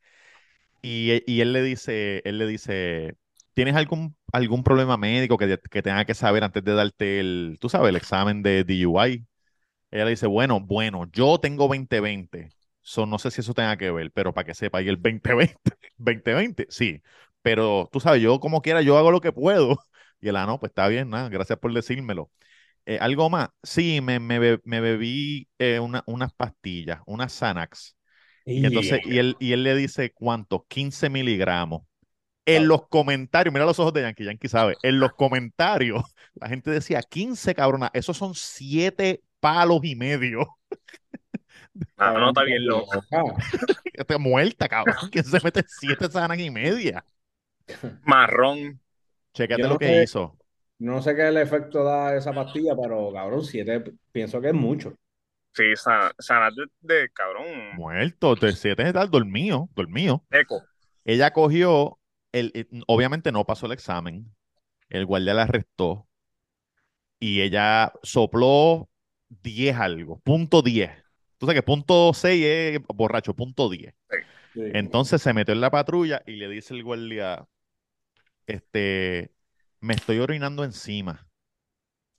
Speaker 2: Y, e- y él le dice, él le dice, ¿tienes algún, algún problema médico que, te- que tenga que saber antes de darte el, tú sabes, el examen de DUI? Ella le dice, bueno, bueno, yo tengo 20-20. So, no sé si eso tenga que ver, pero para que sepa, y el 20-20, 20-20, sí. Pero tú sabes, yo como quiera, yo hago lo que puedo. Y él, ah, no, pues está bien, nada, gracias por decírmelo. Eh, ¿algo más? Sí, me, me be- me bebí eh, una- unas pastillas, unas Xanax. Y entonces, y él, y él le dice, ¿cuánto? 15 miligramos. En los comentarios, mira los ojos de Yankee, Yankee sabe, en los comentarios, la gente decía, 15 cabrona, esos son 7 palos y medio.
Speaker 5: Ah, no, está bien loco.
Speaker 4: Ah,
Speaker 2: Está muerta, cabrón, que se mete 7 sanas y media.
Speaker 5: Marrón.
Speaker 2: Chécate
Speaker 4: Yo
Speaker 2: lo
Speaker 4: no
Speaker 2: que
Speaker 4: sé.
Speaker 2: hizo.
Speaker 4: no sé qué el efecto da esa pastilla, pero cabrón, siete, pienso que es mucho.
Speaker 5: Sí, sana, sana de, de cabrón.
Speaker 2: Muerto, de 7 está dormido, dormido.
Speaker 5: Eco.
Speaker 2: Ella cogió, el, el- obviamente no pasó el examen, el guardia la arrestó y ella sopló 10 algo, punto 10. Tú sabes que punto 6 es borracho, punto 10.
Speaker 4: Sí.
Speaker 2: Entonces se metió en la patrulla y le dice el guardia, este, me estoy orinando encima.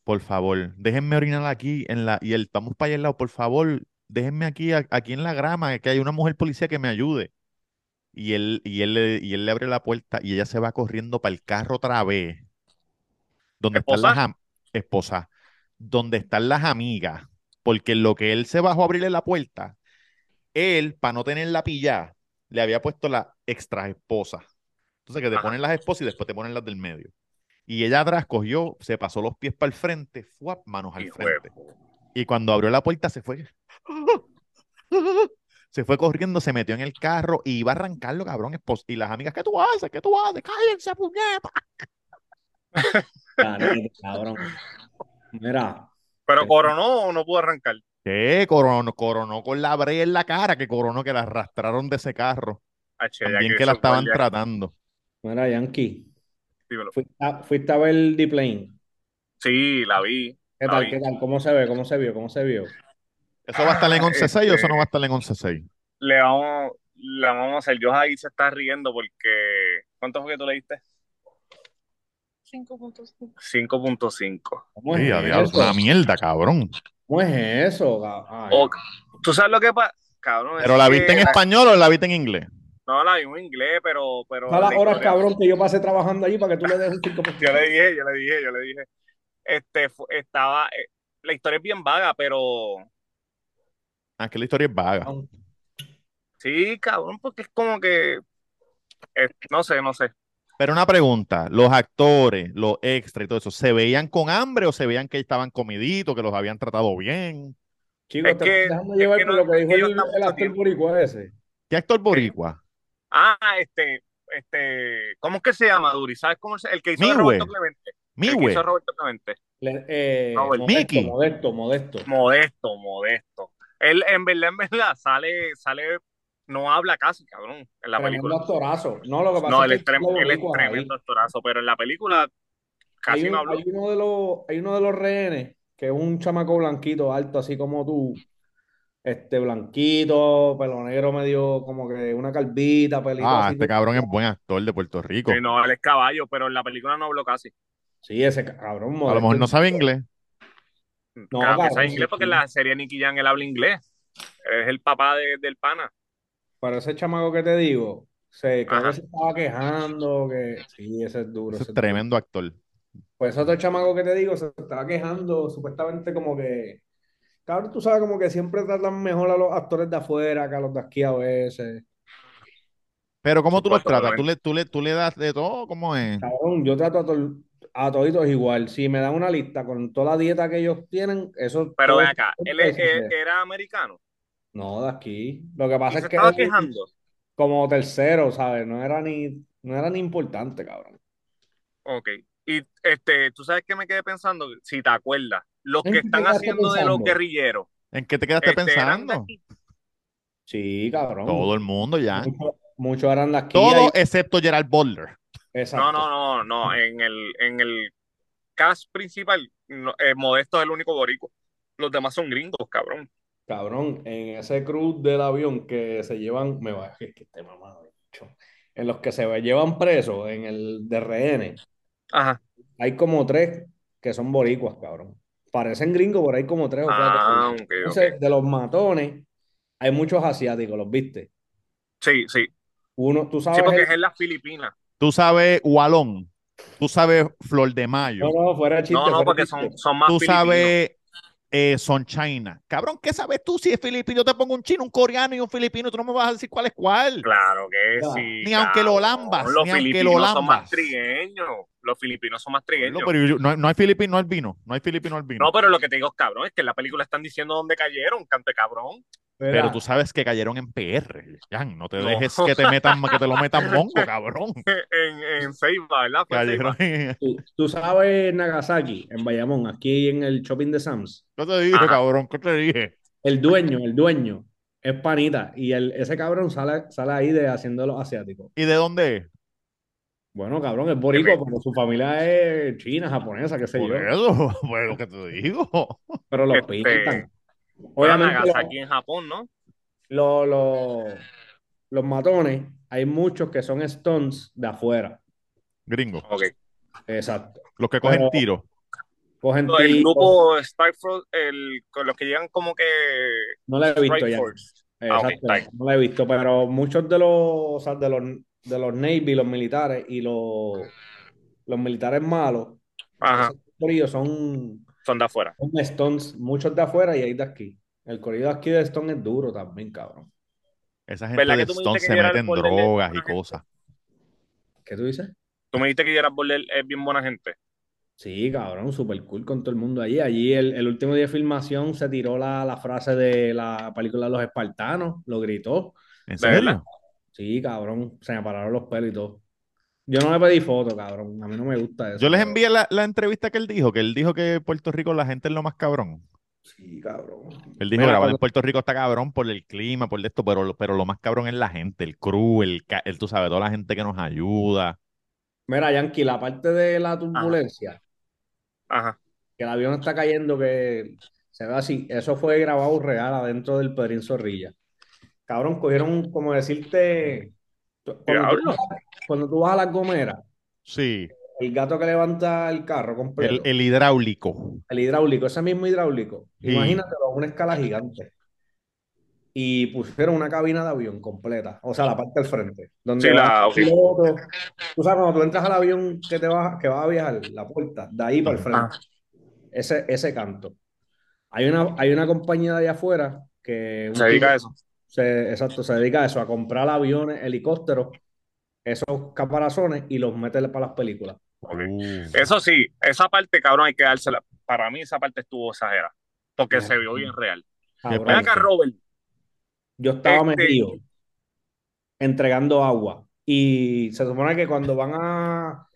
Speaker 2: Por favor, déjenme orinar aquí en la y el estamos para allá al lado, por favor, déjenme aquí a- aquí en la grama que hay una mujer policía que me ayude. Y él y él le, y él le abre la puerta y ella se va corriendo para el carro otra vez. Donde están las
Speaker 5: ¿Esposa?
Speaker 2: am- esposa, donde están las amigas, porque en lo que él se bajó a abrirle la puerta, él para no tener la pillada le había puesto la extra esposa. Entonces, que te
Speaker 5: Ajá.
Speaker 2: ponen las esposas y después te ponen las del medio. Y ella atrás cogió, se pasó los pies para el frente, fuap, manos al
Speaker 5: Hijo de
Speaker 2: frente. Y cuando abrió la puerta se fue. Se fue corriendo, se metió en el carro y iba a arrancarlo, cabrón. espos- Y las amigas, ¿qué tú haces? ¿Qué tú haces? Cállense, puñeta.
Speaker 4: Carete, cabrón. Mira,
Speaker 5: Pero coronó o no pudo arrancar.
Speaker 2: Sí, coronó, coronó con la brea en la cara, que coronó que la arrastraron de ese carro.
Speaker 5: Ah, che, ya
Speaker 2: También que la
Speaker 5: esos
Speaker 2: estaban
Speaker 5: guardias-
Speaker 2: tratando.
Speaker 4: mira, Yankee.
Speaker 5: dímelo.
Speaker 4: Fuiste a, fuiste a ver The Plane.
Speaker 5: Sí, la vi.
Speaker 2: Ah,
Speaker 4: ¿Qué
Speaker 5: La
Speaker 4: tal?
Speaker 5: vi.
Speaker 4: ¿Qué tal? ¿Cómo se ve? ¿Cómo se vio? ¿Cómo se vio?
Speaker 2: ¿Eso va a estar en
Speaker 5: Ah,
Speaker 2: 11.6 o eso
Speaker 5: este-
Speaker 2: no va a estar en 11.6?
Speaker 5: Le vamos, la vamos a hacer. Yo ahí se está riendo porque. ¿Cuánto fue que tú le diste? 5.5. 5.5.
Speaker 4: ¿Cómo
Speaker 2: Sí,
Speaker 4: es
Speaker 2: a diablo,
Speaker 4: eso?
Speaker 2: una mierda, cabrón.
Speaker 5: Pues
Speaker 4: ¿Cómo es eso? cab- Ay,
Speaker 5: O- ¿Tú sabes lo que pasa? Cabrón,
Speaker 2: ¿Pero
Speaker 5: es
Speaker 2: la
Speaker 5: que
Speaker 2: viste en
Speaker 5: la-
Speaker 2: español o la viste en inglés?
Speaker 5: No, la vimos en inglés, pero. pero
Speaker 4: todas las
Speaker 5: la
Speaker 4: horas,
Speaker 5: historia-
Speaker 4: cabrón, que yo pasé trabajando allí para que tú le des un 5
Speaker 5: Yo le dije, yo le dije, yo le dije. Este, fu- estaba. eh, la historia es bien vaga, pero.
Speaker 2: Ah, que la historia es vaga.
Speaker 5: Sí, cabrón, porque es como que. eh, no sé, no sé.
Speaker 2: Pero una pregunta, los actores, los extras y todo eso, ¿se veían con hambre o se veían que estaban comiditos, que los habían tratado bien?
Speaker 4: Chicos,
Speaker 5: Es
Speaker 4: te
Speaker 5: que-
Speaker 4: estoy dejando llevar
Speaker 5: es que
Speaker 4: por
Speaker 5: no-
Speaker 4: lo que dijo
Speaker 5: ellos
Speaker 4: el,
Speaker 5: están
Speaker 4: el
Speaker 5: mucho
Speaker 4: actor
Speaker 5: tiempo.
Speaker 4: boricua ese.
Speaker 2: ¿Qué actor boricua?
Speaker 5: Ah, este. Este, ¿cómo es que se llama, Duri? ¿Sabes cómo es? El que hizo de
Speaker 2: Miwe.
Speaker 5: Roberto Clemente. El que
Speaker 2: Miwe.
Speaker 5: hizo de Roberto Clemente.
Speaker 4: Le- eh,
Speaker 5: No, el-
Speaker 4: modesto,
Speaker 2: Mickey.
Speaker 4: modesto, modesto.
Speaker 5: Modesto, modesto. Él, en verdad, en verdad, sale, sale, no habla casi, cabrón, en la
Speaker 4: Tremendo
Speaker 5: película.
Speaker 4: actorazo. No, lo que pasa
Speaker 5: No,
Speaker 4: es
Speaker 5: él
Speaker 4: que
Speaker 5: es, trem-
Speaker 4: los
Speaker 5: él es
Speaker 4: boricuas ahí.
Speaker 5: tremendo actorazo, pero en la película casi
Speaker 4: Hay, un-
Speaker 5: no habló.
Speaker 4: hay uno de los, hay uno de los rehenes, que es un chamaco blanquito, alto, así como tú. Este blanquito, pelo negro, medio como que una calvita, pelito
Speaker 2: Ah,
Speaker 4: así.
Speaker 2: este cabrón es buen actor de Puerto Rico.
Speaker 5: Sí, no, él es caballo, pero en la película no habló casi.
Speaker 4: Sí, ese cabrón
Speaker 2: A lo
Speaker 4: modesto.
Speaker 2: mejor no sabe inglés.
Speaker 4: No,
Speaker 5: Claro que
Speaker 4: cabrón,
Speaker 5: sabe
Speaker 4: sí,
Speaker 5: inglés porque en
Speaker 4: sí.
Speaker 5: la serie Nicky Jam él habla inglés. Es el papá de- del pana.
Speaker 4: Pero ese chamaco que te digo, Se, creo
Speaker 5: Ajá.
Speaker 4: que se estaba quejando, que sí, ese es duro.
Speaker 2: Ese
Speaker 4: ese
Speaker 2: es
Speaker 4: es duro.
Speaker 2: tremendo actor.
Speaker 4: Pues otro chamaco que te digo se estaba quejando, supuestamente como que, cabrón, tú sabes como que siempre tratan mejor a los actores de afuera que a los de aquí a veces.
Speaker 2: Pero ¿cómo tú los tratas? ¿Tú
Speaker 5: Supuestamente.
Speaker 2: le, tú, le, ¿Tú le das de todo? ¿Cómo es?
Speaker 4: Cabrón, yo trato a, tol- a toditos igual. Si me dan una lista con toda la dieta que ellos tienen, eso
Speaker 5: Pero
Speaker 4: todo
Speaker 5: ven acá, él es-
Speaker 4: eso
Speaker 5: eh, era americano
Speaker 4: No, de aquí. Lo que
Speaker 5: y
Speaker 4: pasa
Speaker 5: se
Speaker 4: es que
Speaker 5: estaba
Speaker 4: él
Speaker 5: quejando.
Speaker 4: como tercero, ¿sabes? No era ni, no era ni importante, cabrón.
Speaker 5: Ok. Y este, tú sabes que me quedé pensando, si te acuerdas, los
Speaker 4: ¿En
Speaker 5: que
Speaker 4: qué te
Speaker 5: están
Speaker 4: quedaste
Speaker 5: haciendo de los
Speaker 4: pensando?
Speaker 5: guerrilleros,
Speaker 2: ¿En qué te quedaste
Speaker 5: este, eran de
Speaker 2: pensando?
Speaker 5: aquí.
Speaker 4: Sí, cabrón.
Speaker 2: Todo el mundo ya.
Speaker 4: Muchos muchos eran de aquí. ahí-
Speaker 2: Todo excepto Gerald Butler.
Speaker 4: Exacto.
Speaker 5: No, no, no, no. En el, en el cast principal, no, eh, Modesto es el único boricua. Los demás son gringos, cabrón.
Speaker 4: Cabrón, en ese cruz del avión que se llevan, me va, es que este mamado, bicho. en los que se llevan presos, en el de rehenes,
Speaker 5: Ajá.
Speaker 4: hay como tres que son boricuas, cabrón. Parecen gringos, pero hay como tres o cuatro.
Speaker 5: Ah, ok, ok.
Speaker 4: Entonces, de los matones, hay muchos asiáticos, ¿los viste?
Speaker 5: Sí, sí.
Speaker 4: Uno, tú
Speaker 5: Sí,
Speaker 4: sabes,
Speaker 5: porque
Speaker 4: el-
Speaker 5: es en las Filipinas.
Speaker 2: Tú sabes Walón. Tú sabes Flor de Mayo.
Speaker 4: no, no, fuera de chiste,
Speaker 5: No, no,
Speaker 4: fuera de
Speaker 5: porque
Speaker 4: chiste.
Speaker 5: son, son más
Speaker 2: tú
Speaker 5: filipinos.
Speaker 2: sabes eh, son China. Cabrón, ¿qué sabes tú si es filipino? Yo te pongo un chino, un coreano y un filipino, tú no me vas a decir cuál es cuál.
Speaker 5: Claro que
Speaker 4: Ya.
Speaker 5: sí.
Speaker 2: Ni aunque lo
Speaker 5: cabrón.
Speaker 2: lambas,
Speaker 5: Los
Speaker 2: ni aunque
Speaker 5: filipinos
Speaker 2: lo
Speaker 5: son más
Speaker 2: lambas.
Speaker 5: trigueños. Los filipinos son más trigueños.
Speaker 2: No, pero yo- no, no hay filipino albino, no hay filipino albino.
Speaker 5: No, pero lo que te digo, cabrón, es que en la película están diciendo dónde cayeron, cante cabrón.
Speaker 2: pero
Speaker 4: Mira,
Speaker 2: tú sabes que cayeron en PR, Jan. No te
Speaker 5: No.
Speaker 2: dejes que te metan, que te lo metan mongo, cabrón.
Speaker 5: En, en Ceiba, ¿verdad? Fue en
Speaker 2: Cayeron.
Speaker 5: Ceiba.
Speaker 2: en-
Speaker 4: tú, tú sabes Nagasaki, en Bayamón, aquí en el shopping de Sam's.
Speaker 2: ¿Qué te dije,
Speaker 5: Ajá.
Speaker 2: cabrón? ¿Qué te dije?
Speaker 4: El dueño, el dueño, es panita. Y el, ese cabrón sale, sale ahí de haciendo los asiáticos.
Speaker 2: ¿Y de dónde es?
Speaker 4: Bueno, cabrón, es boricua, pero su familia es china, japonesa, qué sé
Speaker 2: Por
Speaker 4: yo.
Speaker 2: eso, pues lo que te digo.
Speaker 4: Pero los
Speaker 5: Este,
Speaker 4: pintan.
Speaker 5: Pero
Speaker 4: Obviamente, los,
Speaker 5: Nagasaki en Japón, ¿no?
Speaker 4: los- los- los matones, hay muchos que son stunts de afuera.
Speaker 2: Gringo.
Speaker 5: Ok.
Speaker 4: Exacto.
Speaker 2: Los que cogen
Speaker 4: Pero-
Speaker 2: tiro.
Speaker 4: Cogen
Speaker 5: El
Speaker 4: tiros,
Speaker 5: grupo Starford, el, con los que llegan como que
Speaker 4: no la he visto
Speaker 5: Strike
Speaker 4: ya.
Speaker 5: Force. Ah, ok,
Speaker 4: Exacto,
Speaker 5: está bien.
Speaker 4: no la he visto, pero muchos de los, o sea, de los, de los Navy, los militares y los, los militares malos,
Speaker 5: Ajá,
Speaker 4: esos corillos son,
Speaker 5: son de afuera.
Speaker 4: son stunts, muchos de afuera y hay de aquí. El corrido de aquí de Stone es duro también, cabrón.
Speaker 2: Esa gente
Speaker 5: ¿Verdad
Speaker 2: de
Speaker 5: que tú me dijiste
Speaker 2: Stone
Speaker 5: que
Speaker 2: se
Speaker 5: Gerald
Speaker 2: meten
Speaker 5: Butler es
Speaker 2: drogas y
Speaker 5: buena gente?
Speaker 2: cosas.
Speaker 4: ¿Qué tú dices?
Speaker 5: Tú me dijiste que Gerard Butler es bien buena gente.
Speaker 4: Sí, cabrón, super cool con todo el mundo allí. Allí el, el último día de filmación se tiró la, la frase de la película Los Espartanos, lo gritó.
Speaker 2: ¿En
Speaker 5: ¿De verdad?
Speaker 2: serio?
Speaker 4: Sí, cabrón, se me pararon los pelos y todo. Yo no le pedí foto, cabrón, a mí no me gusta eso.
Speaker 2: Yo les
Speaker 4: pero-
Speaker 2: envié la, la entrevista que él dijo, que él dijo que Puerto Rico la gente es lo más cabrón.
Speaker 4: Sí, cabrón.
Speaker 2: Él dijo,
Speaker 4: Mira,
Speaker 2: grabar en
Speaker 4: cuando-
Speaker 2: Puerto Rico está cabrón por el clima, por esto, pero, lo- pero lo más cabrón es la gente, el crew, el, ca- el tú sabes, toda la gente que nos ayuda.
Speaker 4: Mira, Yankee, la parte de la turbulencia,
Speaker 5: Ajá.
Speaker 4: que el avión está cayendo, que se ve así, eso fue grabado real adentro del Pedrín Zorrilla. Cabrón, cogieron, como decirte, tú- cuando tú,
Speaker 5: Diablo.
Speaker 4: cuando tú vas a las gomeras,
Speaker 2: Sí,
Speaker 4: el gato que levanta el carro completo.
Speaker 2: el, el hidráulico.
Speaker 4: El hidráulico, ese mismo hidráulico.
Speaker 2: Sí.
Speaker 4: Imagínatelo a una escala gigante. Y pusieron una cabina de avión completa, o sea, la parte del frente, donde
Speaker 5: Sí,
Speaker 4: va
Speaker 5: la-
Speaker 4: el piloto. Tú sabes, cuando tú entras al avión que te vas, que vas a viajar, la puerta, de ahí para el frente.
Speaker 5: Ajá.
Speaker 4: Ese, ese canto. Hay una, hay una compañía de allá afuera que un
Speaker 5: Se dedica
Speaker 4: tipo
Speaker 5: a eso.
Speaker 4: se- exacto, se dedica a eso, a comprar aviones, helicópteros, esos caparazones y los mete para las películas.
Speaker 5: Ok.
Speaker 2: Uh.
Speaker 5: Eso sí, esa parte, cabrón, hay que dársela. Para mí esa parte estuvo exagerada, porque se vio bien real.
Speaker 4: Cabrón,
Speaker 5: Ven acá,
Speaker 2: Perfecto.
Speaker 5: Robert.
Speaker 4: Yo estaba
Speaker 5: Este-
Speaker 4: metido entregando agua y se supone que cuando van a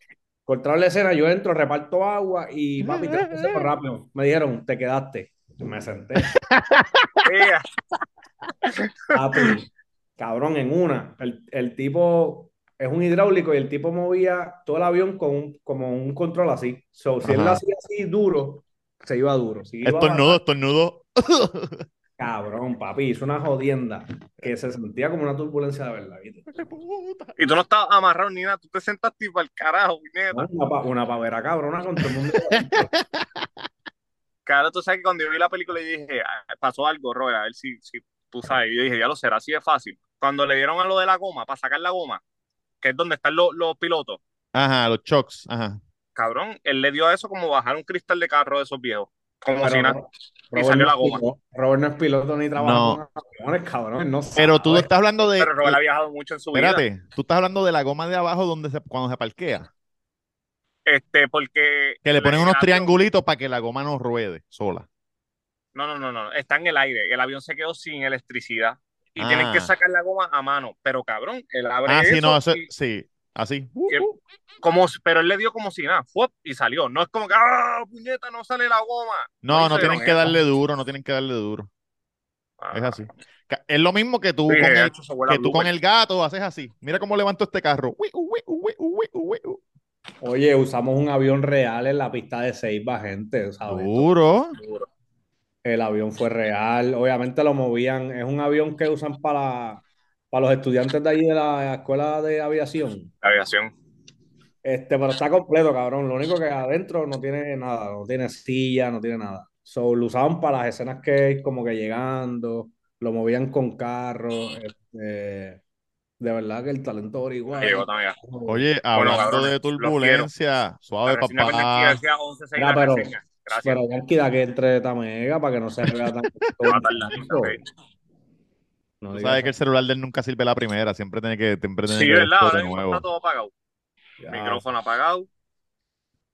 Speaker 4: cortar la escena, yo entro, reparto agua y papi, tengo que hacerlo rápido. Me dijeron, te quedaste. Me senté.
Speaker 5: Ea,
Speaker 4: Papi, cabrón, en una. El, el tipo es un hidráulico y el tipo movía todo el avión con un, como un control así. So, si él
Speaker 2: Ajá.
Speaker 4: lo hacía así duro, se iba duro. Si iba
Speaker 2: Estornudo, estornudo.
Speaker 4: Cabrón, papi, hizo una jodienda que se sentía como una turbulencia de verdad. ¿viste?
Speaker 5: Y tú no estabas amarrado ni nada, tú te sentaste para el carajo, puñeta.
Speaker 4: Una, pa- una pavera cabrona con todo el mundo.
Speaker 5: Claro, tú sabes que cuando yo vi la película yo dije, "Ah, pasó algo, Robert, a ver si, si tú sabes. Y yo dije, ya lo será, así de fácil. cuando le dieron a lo de la goma, para sacar la goma, que es donde están los, los pilotos,
Speaker 2: Ajá, los chocks. Ajá.
Speaker 5: cabrón, él le dio a eso como bajar un cristal de carro de esos viejos. Como
Speaker 4: Pero
Speaker 5: si nada.
Speaker 2: eh,
Speaker 4: Ro-
Speaker 5: Y salió
Speaker 4: no
Speaker 5: la
Speaker 4: es
Speaker 5: goma.
Speaker 4: piloto- Robert no es piloto ni trabaja
Speaker 2: No.
Speaker 4: con aviones, cabrón. No sabe.
Speaker 2: Pero tú estás hablando de.
Speaker 5: Pero Robert ha viajado mucho en su vida.
Speaker 2: eh, Espérate, tú estás hablando de la goma de abajo donde se, cuando se parquea.
Speaker 5: Este, porque.
Speaker 2: Que le ponen unos
Speaker 5: avión-
Speaker 2: triangulitos para que la goma no ruede sola.
Speaker 5: No, no, no, no. Está en el aire. El avión se quedó sin electricidad. Y
Speaker 2: Ah.
Speaker 5: tienen que sacar la goma a mano. Pero cabrón, él abre
Speaker 2: Ah, sí,
Speaker 5: eso
Speaker 2: no, eso-
Speaker 5: y
Speaker 2: sí. Así. Uh,
Speaker 5: y- como, si- pero él le dio como si nada, ¡fuop! y salió. No es como que, ¡ah, puñeta, no sale la goma!
Speaker 2: No, no
Speaker 5: hizo
Speaker 2: tienen
Speaker 5: gran
Speaker 2: que
Speaker 5: cosa.
Speaker 2: darle duro, no tienen que darle duro. Es
Speaker 5: Ah,
Speaker 2: así. Ca- Es lo mismo que tú
Speaker 5: dije,
Speaker 2: con el,
Speaker 5: "Hacho, se huele a
Speaker 2: que tú con
Speaker 5: blooper".
Speaker 2: el gato haces así. Mira cómo levanto este carro. Ui, ui, ui, ui, ui, ui.
Speaker 4: Oye, usamos un avión real en la pista de Seiba, gente, ¿sabes?
Speaker 2: Uh. Duro.
Speaker 4: El avión fue real. Obviamente lo movían. Es un avión que usan para, para los estudiantes de allí de la escuela de aviación.
Speaker 5: La aviación.
Speaker 4: Este, pero está completo, cabrón. Lo único que adentro no tiene nada, no tiene silla, no tiene nada. So, lo usaban para las escenas que es como que llegando, lo movían con carro. este, de verdad que el talento boricua.
Speaker 5: Llegó también.
Speaker 2: Oye, hablando
Speaker 5: cabrones,
Speaker 2: de
Speaker 5: los quiero.
Speaker 2: turbulencia, suave,
Speaker 5: La reseña pendiente
Speaker 2: papá.
Speaker 5: decía 11-6
Speaker 4: Ya,
Speaker 5: la
Speaker 4: pero-
Speaker 5: reseña. Gracias.
Speaker 4: Pero tranquila que entre Tamega para que no se vea tan.
Speaker 5: Te va a tardar, ok.
Speaker 4: No
Speaker 2: Tú
Speaker 4: digas
Speaker 2: sabes que el celular de él nunca sirve la primera, siempre tiene que, siempre tiene
Speaker 5: Sí,
Speaker 2: que
Speaker 5: ¿verdad?
Speaker 2: esto
Speaker 5: Ahora
Speaker 2: de
Speaker 5: mismo
Speaker 2: nuevo.
Speaker 5: está todo apagado.
Speaker 4: Ya.
Speaker 5: Micrófono apagado.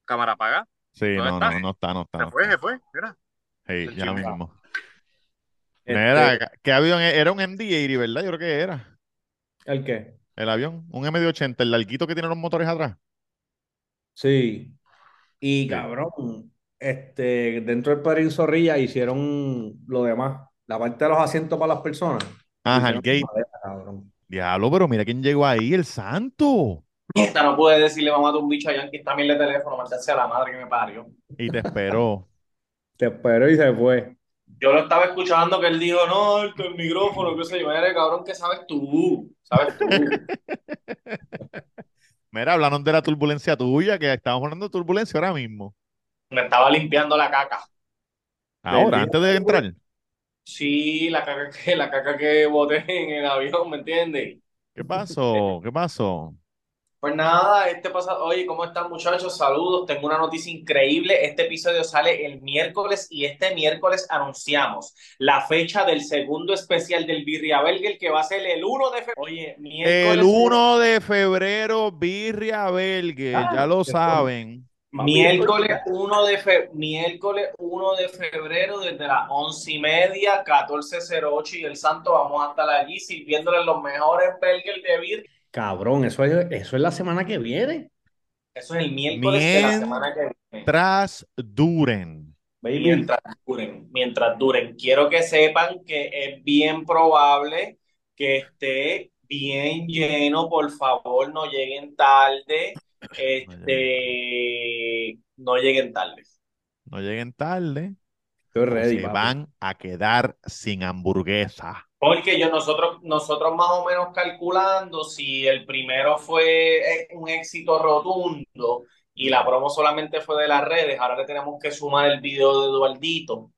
Speaker 5: Cámara apagada.
Speaker 2: Sí, no,
Speaker 5: ¿Dónde está?
Speaker 2: no, no está, no está.
Speaker 5: Se
Speaker 2: no
Speaker 5: fue,
Speaker 2: está.
Speaker 5: se fue. Mira.
Speaker 2: Sí,
Speaker 5: el
Speaker 2: ya
Speaker 5: chimba.
Speaker 2: mismo.
Speaker 4: Este,
Speaker 2: Mira, que avión e- era un MD-80, ¿verdad? Yo creo que era
Speaker 4: ¿El qué?
Speaker 2: el avión, un MD-80, el larguito que tiene los motores atrás.
Speaker 4: Sí. Y
Speaker 2: Sí.
Speaker 4: cabrón, este, dentro del Pedrín Zorrilla hicieron lo demás. La parte de los asientos para las personas.
Speaker 2: Ajá, el
Speaker 4: hicieron con
Speaker 2: gate.
Speaker 4: madera, cabrón.
Speaker 2: Diablo, pero mira quién llegó ahí, el santo.
Speaker 1: Esta no puede decirle vamos a un bicho a Yankee también le teléfono, mandarse a la madre que me parió.
Speaker 2: Y te esperó.
Speaker 4: Te esperó y se fue.
Speaker 1: Yo lo estaba escuchando que él dijo, no, el, el micrófono, que sé yo, eres cabrón que sabes tú, sabes tú.
Speaker 2: Mira, hablaron de la turbulencia tuya, que estamos hablando de turbulencia ahora mismo.
Speaker 1: Me estaba limpiando la caca.
Speaker 2: Ahora,
Speaker 4: día
Speaker 2: antes de entrar.
Speaker 1: Sí, la caca que, la caca que boté en el avión, ¿me entiendes?
Speaker 2: ¿Qué pasó? ¿Qué pasó?
Speaker 1: Pues nada, este pasado, oye, ¿cómo están muchachos? Saludos, tengo una noticia increíble. Este episodio sale el miércoles y este miércoles anunciamos la fecha del segundo especial del Birria Belger que va a ser el 1 de febrero. Oye, miércoles,
Speaker 2: El 1 de febrero, Birria Belgue,
Speaker 4: Ah,
Speaker 2: ya lo
Speaker 4: qué
Speaker 2: saben.
Speaker 1: miércoles 1 de fe- miércoles 1 de febrero desde las 11 y media, 14.08 y el Santo vamos a estar allí sirviéndole los mejores Belger de Birria.
Speaker 4: Cabrón, eso es, eso es la semana que viene.
Speaker 1: Eso es el miércoles de la
Speaker 2: Mien-
Speaker 1: semana que viene.
Speaker 2: Tras Duren.
Speaker 4: Baby.
Speaker 1: Mientras duren, mientras duren. Quiero que sepan que es bien probable que esté bien lleno. Por favor, no lleguen tarde. Este, no lleguen tarde.
Speaker 2: No lleguen tarde.
Speaker 4: Estoy
Speaker 2: o
Speaker 4: ready,
Speaker 2: Pues se
Speaker 4: papi.
Speaker 2: van a quedar sin hamburguesa.
Speaker 1: Porque yo, nosotros, nosotros más o menos calculando, si el primero fue eh, un éxito rotundo y la promo solamente fue de las redes, ahora le tenemos que sumar el video de Eduardito,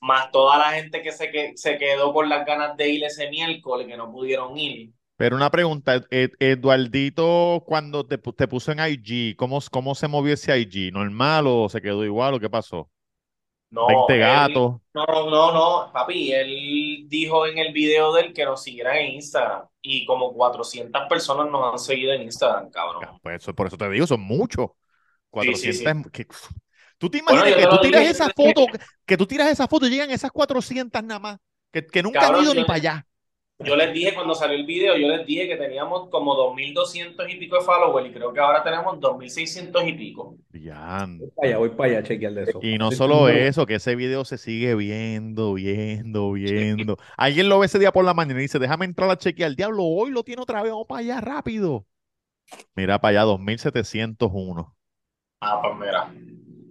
Speaker 1: más toda la gente que se, que, se quedó con las ganas de ir ese miércoles, que no pudieron ir.
Speaker 2: Pero una pregunta, Ed- Eduardito, cuando te, pu- te puso en IG, ¿cómo, ¿cómo se movió ese IG? ¿Normal o se quedó igual o qué pasó?
Speaker 1: No,
Speaker 2: 20
Speaker 1: él-
Speaker 2: gatos.
Speaker 1: no, no, no, papi, él dijo en el video del que nos siguieran en Instagram y como 400 personas nos han seguido en Instagram, cabrón.
Speaker 2: Pues eso- por eso te digo, son muchos.
Speaker 1: Sí, sí, sí.
Speaker 2: 400. es- que- tú te
Speaker 1: Bueno,
Speaker 2: imaginas
Speaker 1: yo
Speaker 2: que
Speaker 1: te
Speaker 2: tú
Speaker 1: lo
Speaker 2: tiras
Speaker 1: dije,
Speaker 2: esa
Speaker 1: yo te dije.
Speaker 2: foto, que tú tiras esa foto y llegan esas 400 nada más, que, que nunca
Speaker 1: Cabrón,
Speaker 2: han ido ni
Speaker 1: yo-
Speaker 2: para allá.
Speaker 1: Yo les dije cuando salió el video, yo les dije que teníamos como 2.200 y pico de followers y creo que ahora tenemos 2.600 y pico.
Speaker 2: Diantre.
Speaker 4: Voy para allá, voy para allá a chequear de eso.
Speaker 2: Y no
Speaker 4: Estoy
Speaker 2: solo
Speaker 4: seguro.
Speaker 2: eso, que ese video se sigue viendo, viendo, viendo. Alguien lo ve ese día por la mañana y dice, déjame entrar a chequear el diablo, hoy lo tiene otra vez, vamos para allá rápido. Mira para allá, 2701.
Speaker 1: Ah, pues mira.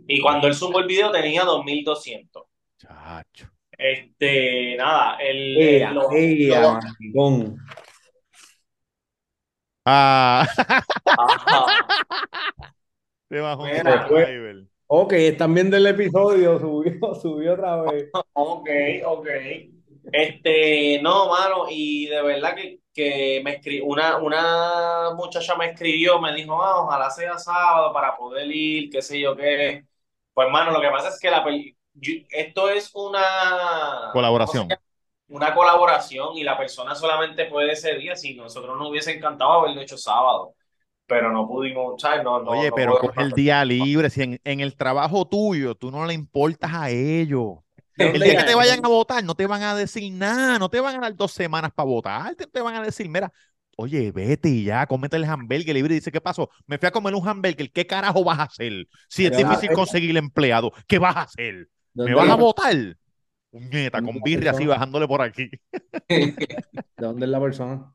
Speaker 1: Y cuando él subió el video tenía 2.200.
Speaker 2: Chacho.
Speaker 1: Este, nada, el, el-
Speaker 4: Ea,
Speaker 1: lo-
Speaker 4: ea,
Speaker 1: lo-
Speaker 4: maricón.
Speaker 2: Ah,
Speaker 1: Ajá.
Speaker 2: te bajó un
Speaker 1: Mira, pues.
Speaker 2: driver.
Speaker 4: Ok, están viendo el episodio, subió, subió otra vez.
Speaker 1: Ok, ok. Este, no, mano, y de verdad que, que me escri- una, una muchacha me escribió, me dijo, ah, ojalá sea sábado para poder ir, qué sé yo qué. Pues, mano, lo que pasa es que la pel- yo- esto es una,
Speaker 2: Colaboración.
Speaker 1: una colaboración y la persona solamente puede ese día si nosotros nos hubiese encantado haberlo hecho sábado, pero no pudimos, ¿sabes? No, no,
Speaker 2: Oye,
Speaker 1: no
Speaker 2: pero
Speaker 1: podemos
Speaker 2: coge el
Speaker 1: hacer-
Speaker 2: día libre. Si en, en el trabajo tuyo tú no le importas a ellos. El día que te vayan a votar, no te van a decir nada, no te van a dar dos semanas para votar, te, te van a decir, mira, oye, vete y ya, cómete el hamburger libre. Y dice, ¿qué pasó? Me fui a comer un hamburger, ¿qué carajo vas a hacer? Si es
Speaker 4: Pero,
Speaker 2: difícil
Speaker 4: ah,
Speaker 2: conseguir empleado, ¿qué vas a hacer? ¿Me
Speaker 4: ¿Dónde
Speaker 2: vas
Speaker 4: la-
Speaker 2: a votar? Puñeta, con
Speaker 4: Una
Speaker 2: birria así
Speaker 4: persona.
Speaker 2: bajándole por aquí.
Speaker 4: ¿De dónde es la persona?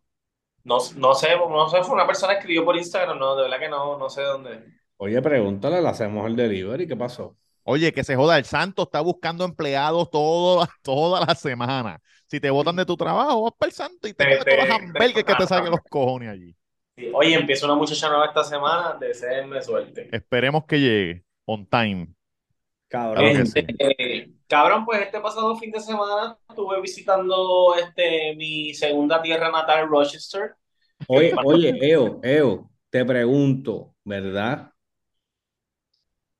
Speaker 1: No, no sé, no sé, fue una persona que escribió por Instagram, no, de verdad que no, no sé dónde.
Speaker 4: Oye, pregúntale, le hacemos el delivery, ¿qué pasó?
Speaker 2: Oye, que se joda, el santo está buscando empleados todo, toda la semana. Si te votan de tu trabajo, vas para el santo y te
Speaker 1: Te-
Speaker 2: comes todos
Speaker 1: te-
Speaker 2: los hamburgues que te salgan los cojones allí.
Speaker 1: Sí, Oye, empieza una muchacha nueva esta semana, deseenme suerte.
Speaker 2: Esperemos que llegue on time. Claro
Speaker 4: Cabrón.
Speaker 2: que
Speaker 1: Este, eh, cabrón, pues este pasado fin de semana estuve visitando este, mi segunda tierra natal, Rochester.
Speaker 4: Oye, oye, Eo, Eo, te pregunto, ¿verdad?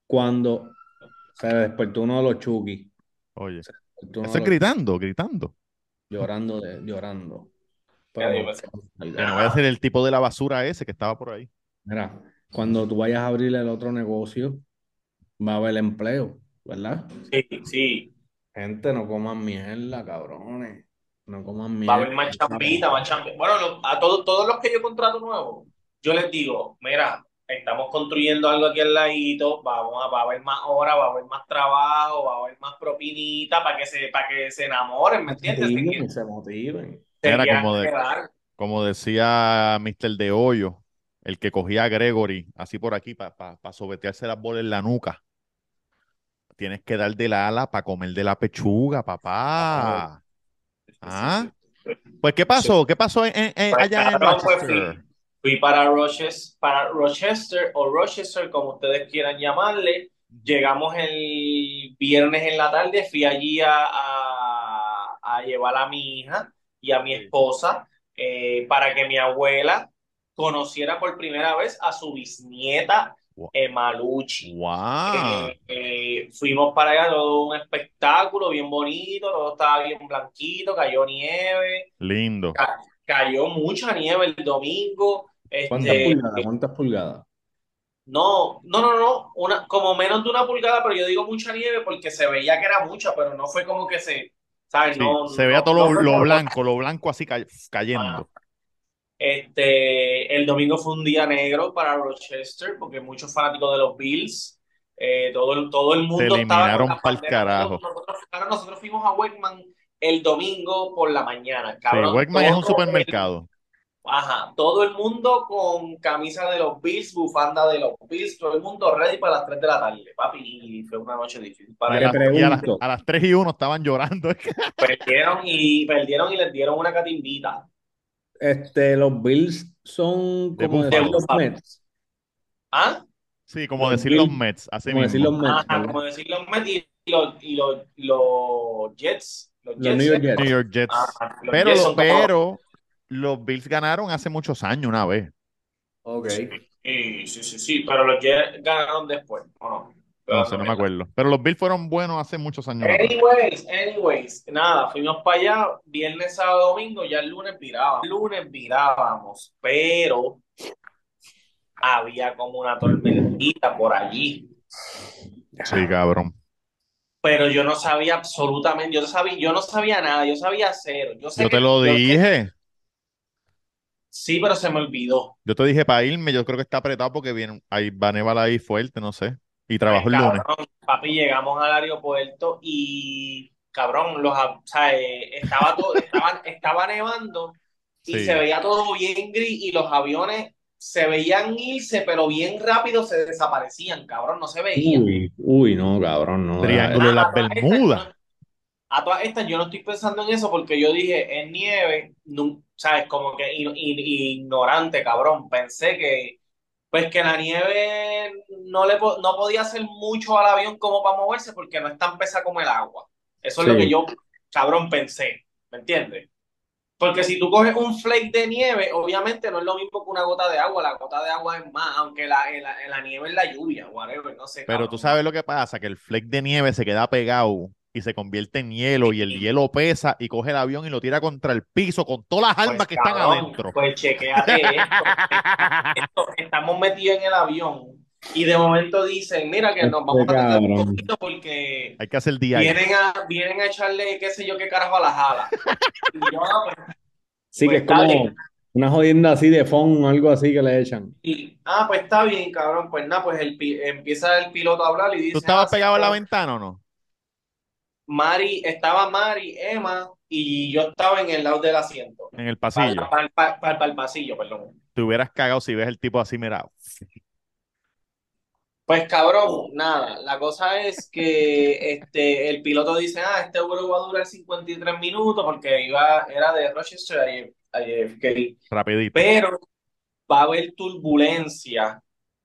Speaker 4: Cuando se despertó uno de los Chucky,
Speaker 2: Oye,
Speaker 4: despertó uno
Speaker 2: eso
Speaker 4: de
Speaker 2: es
Speaker 4: los-
Speaker 2: gritando, gritando.
Speaker 4: llorando, de- llorando.
Speaker 1: Ya
Speaker 4: Pero,
Speaker 1: digo, pues. ese-
Speaker 2: Que no voy a ser el tipo de la basura ese que estaba por ahí.
Speaker 4: mira, cuando tú vayas a abrir el otro negocio, va a haber empleo, ¿verdad?
Speaker 1: Sí, sí.
Speaker 4: Gente, no coman mierda, cabrones. No coman
Speaker 1: Va a haber
Speaker 4: mierda.
Speaker 1: más chambita, más chambita. Bueno, lo- a todos, todos los que yo contrato nuevo, yo les digo, mira, estamos construyendo algo aquí al ladito, vamos a, va a haber más horas, va a haber más trabajo, va a haber más propinita para que se, para que se enamoren, ¿me
Speaker 4: Se
Speaker 1: entiendes? Se, quie-
Speaker 4: motiven, se motiven.
Speaker 1: se
Speaker 2: Era
Speaker 1: quieran
Speaker 2: como de-
Speaker 1: quedar.
Speaker 2: Como decía Mr. De Hoyo, el que cogía a Gregory así por aquí para sobetearse las bolas en la nuca. Tienes que dar de la ala para comer de la pechuga, papá. Ah. Pues, ¿qué pasó? ¿Qué pasó en- en- en-
Speaker 1: Pues,
Speaker 2: allá en
Speaker 1: cabrón, pues,
Speaker 2: Rochester?
Speaker 1: Fui para Roches, para Rochester o Rochester, como ustedes quieran llamarle. Llegamos el viernes en la tarde, fui allí a, a- a llevar a mi hija y a mi esposa eh, para que mi abuela conociera por primera vez a su bisnieta
Speaker 2: Wow.
Speaker 1: Emaluchi.
Speaker 4: Ah.
Speaker 2: ¡Wow!
Speaker 1: Eh, eh, fuimos para allá, todo un espectáculo bien bonito, todo estaba bien blanquito, cayó nieve
Speaker 2: Lindo.
Speaker 1: ah, cayó mucha nieve el domingo.
Speaker 4: ¿Cuántas
Speaker 1: Este,
Speaker 4: pulgadas? ¿Cuántas pulgadas?
Speaker 1: no, no, no, no, una, como menos de una pulgada, pero yo digo mucha nieve porque se veía que era mucha, pero no fue como que se, ¿sabes?
Speaker 2: Sí,
Speaker 1: No,
Speaker 2: se
Speaker 1: no-
Speaker 2: vea todo lo,
Speaker 1: no Ah, fue
Speaker 2: lo
Speaker 1: como-
Speaker 2: blanco, lo blanco así cay- cayendo.
Speaker 1: Este, el domingo fue un día negro para Rochester porque muchos fanáticos de los Bills, eh, todo, el- todo el mundo estaba con
Speaker 2: eliminaron
Speaker 1: la
Speaker 2: pa'l
Speaker 1: bandera.
Speaker 2: carajo.
Speaker 1: Nosotros, nosotros- nosotros fuimos a Wegman el domingo por la mañana,
Speaker 2: Sí,
Speaker 1: cabrón.
Speaker 2: Wegman es un
Speaker 1: todo el-
Speaker 2: supermercado.
Speaker 1: Ajá, todo el mundo con camisa de los Bills, bufanda de los Bills, todo el mundo ready para las 3 de la tarde, papi, y fue una noche difícil
Speaker 2: Y
Speaker 1: para
Speaker 2: a,
Speaker 4: Le
Speaker 2: las, y a las-
Speaker 4: pregunto.
Speaker 2: a las 3 y 1 estaban llorando.
Speaker 1: Perdieron y perdieron y les dieron una catimbita.
Speaker 4: Este, los Bills son
Speaker 2: De
Speaker 4: como decir
Speaker 1: Búfalo.
Speaker 4: los Mets.
Speaker 1: ¿Ah,
Speaker 2: Sí, como
Speaker 4: Los
Speaker 2: decir los
Speaker 4: Bills,
Speaker 2: Mets, así
Speaker 4: Como decir
Speaker 2: mismo.
Speaker 4: los Mets,
Speaker 1: ajá,
Speaker 4: ¿verdad?
Speaker 1: Ah, como decir los Mets y y los, y los, y los Jets, los
Speaker 4: Los New York
Speaker 1: Jets,
Speaker 2: New
Speaker 4: Jets.
Speaker 2: York Jets.
Speaker 1: ajá, Ah, los
Speaker 2: Pero,
Speaker 1: Jets
Speaker 2: lo-
Speaker 1: son como-
Speaker 2: pero los Bills ganaron hace muchos años una vez.
Speaker 4: Ok.
Speaker 1: Sí, sí, sí, sí, pero los Jets ganaron después, ¿o no?
Speaker 2: No
Speaker 1: Pero
Speaker 2: sé, no me
Speaker 1: mierda.
Speaker 2: acuerdo. Pero los Bills fueron buenos hace muchos años atrás.
Speaker 1: Anyways, anyways, nada, fuimos para allá, viernes, sábado, domingo, ya el lunes virábamos, el lunes virábamos, pero había como una tormentita por allí.
Speaker 2: Sí, cabrón.
Speaker 1: Pero yo no sabía absolutamente, yo no sabía, yo no sabía nada, yo sabía cero. Yo sé
Speaker 2: Yo te
Speaker 1: que-
Speaker 2: lo
Speaker 1: yo-
Speaker 2: dije.
Speaker 1: sí, pero se me olvidó.
Speaker 2: Yo te dije para irme. Yo creo que está apretado porque viene, ahí va a nevar ahí fuerte, no sé. Y trabajo el
Speaker 1: Ay,
Speaker 2: lunes.
Speaker 1: Pues, cabrón, papi, llegamos al aeropuerto y cabrón, los, a- o sea, eh, estaba todo, estaban, estaba nevando y
Speaker 2: Sí.
Speaker 1: se veía todo bien gris y los aviones se veían irse, pero bien rápido se desaparecían, cabrón, no se veían.
Speaker 4: Uy, uy, no, cabrón, no.
Speaker 1: Ah,
Speaker 2: Triángulo de las Bermudas.
Speaker 1: A todas estas, yo no estoy pensando en eso porque yo dije, es nieve, nu- ¿sabes? Como que in- in- ignorante, cabrón. Pensé que, pues que la nieve no le po- no podía hacer mucho al avión como para moverse porque no es tan pesa como el agua. Eso es lo
Speaker 4: Sí.
Speaker 1: que yo, cabrón, pensé. ¿Me entiendes? Porque si tú coges un flake de nieve, obviamente no es lo mismo que una gota de agua. La gota de agua es más, aunque la, la, la nieve es la lluvia, whatever, no sé.
Speaker 2: Pero
Speaker 1: cabrón.
Speaker 2: tú sabes lo que pasa, que el flake de nieve se queda pegado y se convierte en hielo y el hielo pesa y coge el avión y lo tira contra el piso con todas las
Speaker 1: Pues,
Speaker 2: almas que están
Speaker 1: cabrón,
Speaker 2: adentro.
Speaker 1: Pues chequéate esto. Esto- Estamos metidos en el avión y de momento dicen, mira que nos vamos a
Speaker 4: Este
Speaker 1: tardar un
Speaker 4: cabrón.
Speaker 1: poquito porque
Speaker 2: Hay que hacer día
Speaker 1: vienen a, vienen a echarle qué sé yo qué carajo a la jala. Y yo, ah, pues,
Speaker 4: Sí, que es
Speaker 1: Pues, dale.
Speaker 4: como una jodienda así de fondo o algo así que le echan.
Speaker 1: y, ah, pues está bien, cabrón. Pues nada, pues el, pi- empieza el piloto a hablar y dice,
Speaker 2: ¿Tú estabas
Speaker 1: ah, sí,
Speaker 2: pegado a la
Speaker 1: pero-
Speaker 2: ventana o no?
Speaker 1: Mari, estaba Mari, Emma y yo estaba en el lado del asiento.
Speaker 2: En el
Speaker 1: Para,
Speaker 2: pasillo.
Speaker 1: el pasillo, perdón.
Speaker 2: Te hubieras cagado si ves el tipo así mirado.
Speaker 1: Pues cabrón, nada. La cosa es que este, el piloto dice, ah, este vuelo va a durar 53 minutos porque iba, era de Rochester a J- a JFK.
Speaker 2: Rapidito.
Speaker 1: pero va a haber turbulencia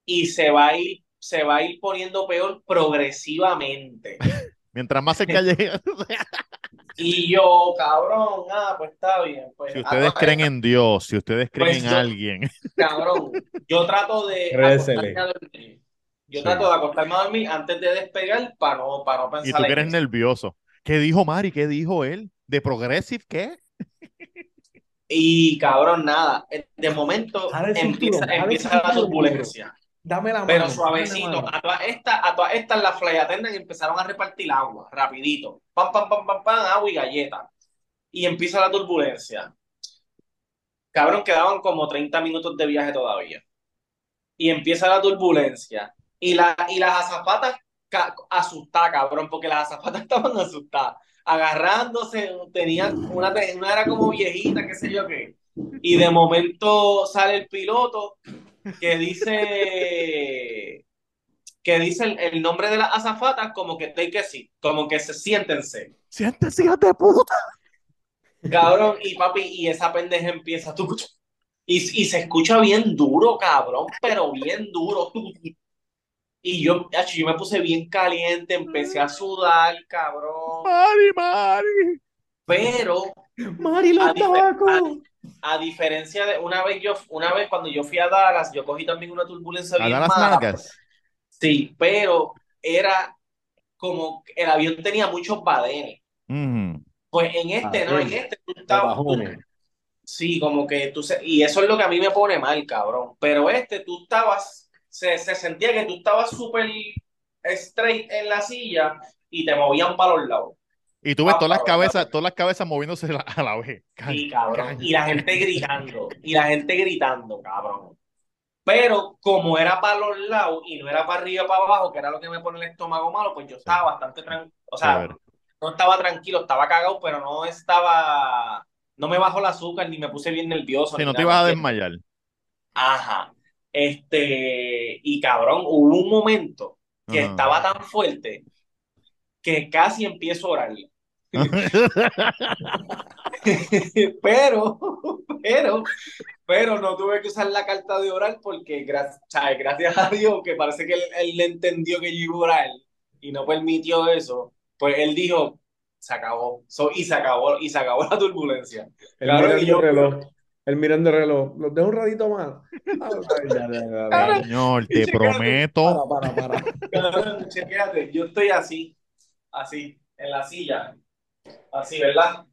Speaker 1: y se va a ir, se va a ir poniendo peor progresivamente.
Speaker 2: Mientras más cerca llegue.
Speaker 1: Y yo, cabrón, ah, pues está bien. Pues,
Speaker 2: Si
Speaker 1: ah,
Speaker 2: ustedes
Speaker 1: no,
Speaker 2: creen en Dios, si ustedes creen
Speaker 1: Pues
Speaker 2: en
Speaker 1: yo-
Speaker 2: alguien.
Speaker 1: cabrón, yo trato de
Speaker 4: Créesele.
Speaker 1: acostarme a dormir. Yo
Speaker 2: Sí.
Speaker 1: trato de acostarme a dormir antes de despegar para no, para no
Speaker 2: Y
Speaker 1: pensar
Speaker 2: tú
Speaker 1: en
Speaker 2: que eres
Speaker 1: eso.
Speaker 2: nervioso. ¿Qué dijo Mari? ¿Qué dijo él? ¿De Progressive qué?
Speaker 1: Y cabrón, nada. De momento
Speaker 4: Dale el
Speaker 1: empieza,
Speaker 4: cinturón, dale el
Speaker 1: empieza la
Speaker 4: cinturón,
Speaker 1: turbulencia.
Speaker 4: Dame la
Speaker 1: Pero
Speaker 4: mano, dame la
Speaker 1: suavecito,
Speaker 4: mano.
Speaker 1: a todas estas, a todas estas las flayatendas empezaron a repartir agua, rapidito. Pam, pam, pam, pam, pam, agua y galleta. Y empieza la turbulencia. Cabrón, quedaban como 30 minutos de viaje todavía. Y empieza la turbulencia. Y, la, y las azafatas ca- asustadas, cabrón, porque las azafatas estaban asustadas. Agarrándose, tenían una, te- una era como viejita, qué sé yo qué. Y de momento sale el piloto que dice que dice el, el nombre de las azafatas como que take que sí, como que se siéntense.
Speaker 2: Siéntese, hija de puta.
Speaker 1: Cabrón, y papi, y esa pendeja empieza tú. Y, y se escucha bien duro, cabrón, pero bien duro. Y yo, ach, yo me puse bien caliente, empecé a sudar, cabrón.
Speaker 2: Mari, Mari.
Speaker 1: Pero
Speaker 4: Mari
Speaker 1: a,
Speaker 4: los
Speaker 1: difer-
Speaker 4: tabacos.
Speaker 1: a- a diferencia de una vez yo, una vez cuando yo fui a Dallas, yo cogí también una turbulencia
Speaker 2: A
Speaker 1: bien
Speaker 2: las
Speaker 1: mala.
Speaker 2: nalgas.
Speaker 1: Sí, pero era como que el avión tenía muchos badenes.
Speaker 2: Ujú.
Speaker 1: Pues en este, no, en
Speaker 4: Badenes.
Speaker 1: este tú estabas- sí, como que tú se- y eso es lo que a mí me pone mal, cabrón. Pero este, tú estabas, se, se sentía que tú estabas súper straight en la silla y te movían para los lados.
Speaker 2: Y tú ves todas las
Speaker 1: Pájaro,
Speaker 2: cabezas,
Speaker 1: pájaro.
Speaker 2: todas las cabezas moviéndose la- a la vez.
Speaker 1: Sí,
Speaker 2: Can,
Speaker 1: cabrón.
Speaker 2: can.
Speaker 1: Y la gente gritando, y la gente gritando, cabrón. Pero como era para los lados y no era para arriba, para abajo, que era lo que me pone el estómago malo, pues yo estaba bastante tranquilo. O sea,
Speaker 2: Chévere.
Speaker 1: no estaba tranquilo, estaba cagado, pero no estaba. No me bajó el azúcar ni me puse bien nervioso.
Speaker 2: Si
Speaker 1: ni
Speaker 2: no
Speaker 1: nada,
Speaker 2: te ibas a
Speaker 1: ¿entiendes?
Speaker 2: desmayar.
Speaker 1: Ajá. Este, y cabrón, hubo un momento que
Speaker 2: Ajá.
Speaker 1: estaba tan fuerte que casi empiezo a orar. Pero, pero, pero no tuve que usar la carta de orar porque gracias, gracias a Dios que parece que él, él le entendió que yo iba a orar y no permitió eso. Pues él dijo, se acabó. So- y se acabó, y se acabó la turbulencia.
Speaker 4: El
Speaker 1: Claro,
Speaker 4: mirando
Speaker 1: y yo-
Speaker 4: el reloj. El mirando el reloj. Los dejo un ratito más. Ah, ya, ya, ya, ya.
Speaker 2: Señor,
Speaker 1: Y
Speaker 2: te
Speaker 1: chequea-
Speaker 2: prometo.
Speaker 4: Para, para, para.
Speaker 1: Cabrón, chequéate, yo estoy así, así, en la silla, así, ¿verdad?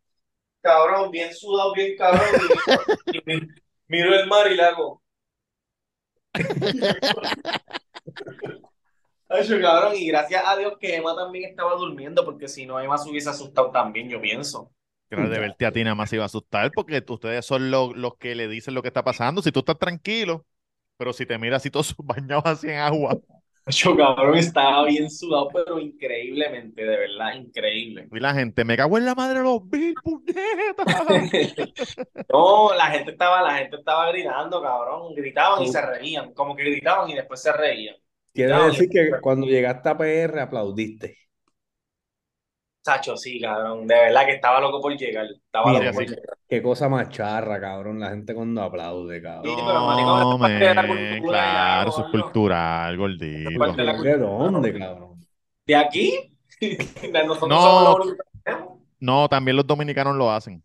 Speaker 1: Cabrón, bien sudado, bien cabrón. y- y mi- miro el mar y le hago. Ay, yo, cabrón, y gracias a Dios que Emma también estaba durmiendo, porque si no, Emma se hubiese asustado también, yo pienso.
Speaker 2: Claro, de verte a ti nada más se iba a asustar porque tú- ustedes son los, los que le dicen lo que está pasando. Si tú estás tranquilo, pero si te miras así todos bañados así en agua
Speaker 1: Yo, cabrón, estaba bien sudado, pero increíblemente, de verdad, increíble.
Speaker 2: y la gente, me cago en la madre de los Bill, puñetas.
Speaker 1: No, la gente estaba, la gente estaba gritando, cabrón, gritaban y se reían, como que gritaban y después se reían.
Speaker 4: Quiere
Speaker 1: No,
Speaker 4: decir que
Speaker 1: yo-
Speaker 4: cuando llegaste a PR aplaudiste.
Speaker 1: Sacho, sí, cabrón, de verdad que estaba loco por llegar, estaba
Speaker 4: Mira,
Speaker 1: loco por
Speaker 2: sí.
Speaker 1: llegar.
Speaker 4: Qué cosa más charra, cabrón. La gente cuando aplaude,
Speaker 1: Sí,
Speaker 4: cabrón.
Speaker 1: pero, maricón, eso
Speaker 2: No,
Speaker 1: es parte de la
Speaker 2: men,
Speaker 1: cultura ya,
Speaker 2: claro, eso es
Speaker 1: gordo.
Speaker 2: cultural, gordito.
Speaker 1: parte de la
Speaker 4: ¿De dónde, cabrón?
Speaker 1: ¿De aquí? De Nosotros
Speaker 2: No.
Speaker 1: somos los únicos que tenemos.
Speaker 2: No, también los dominicanos lo hacen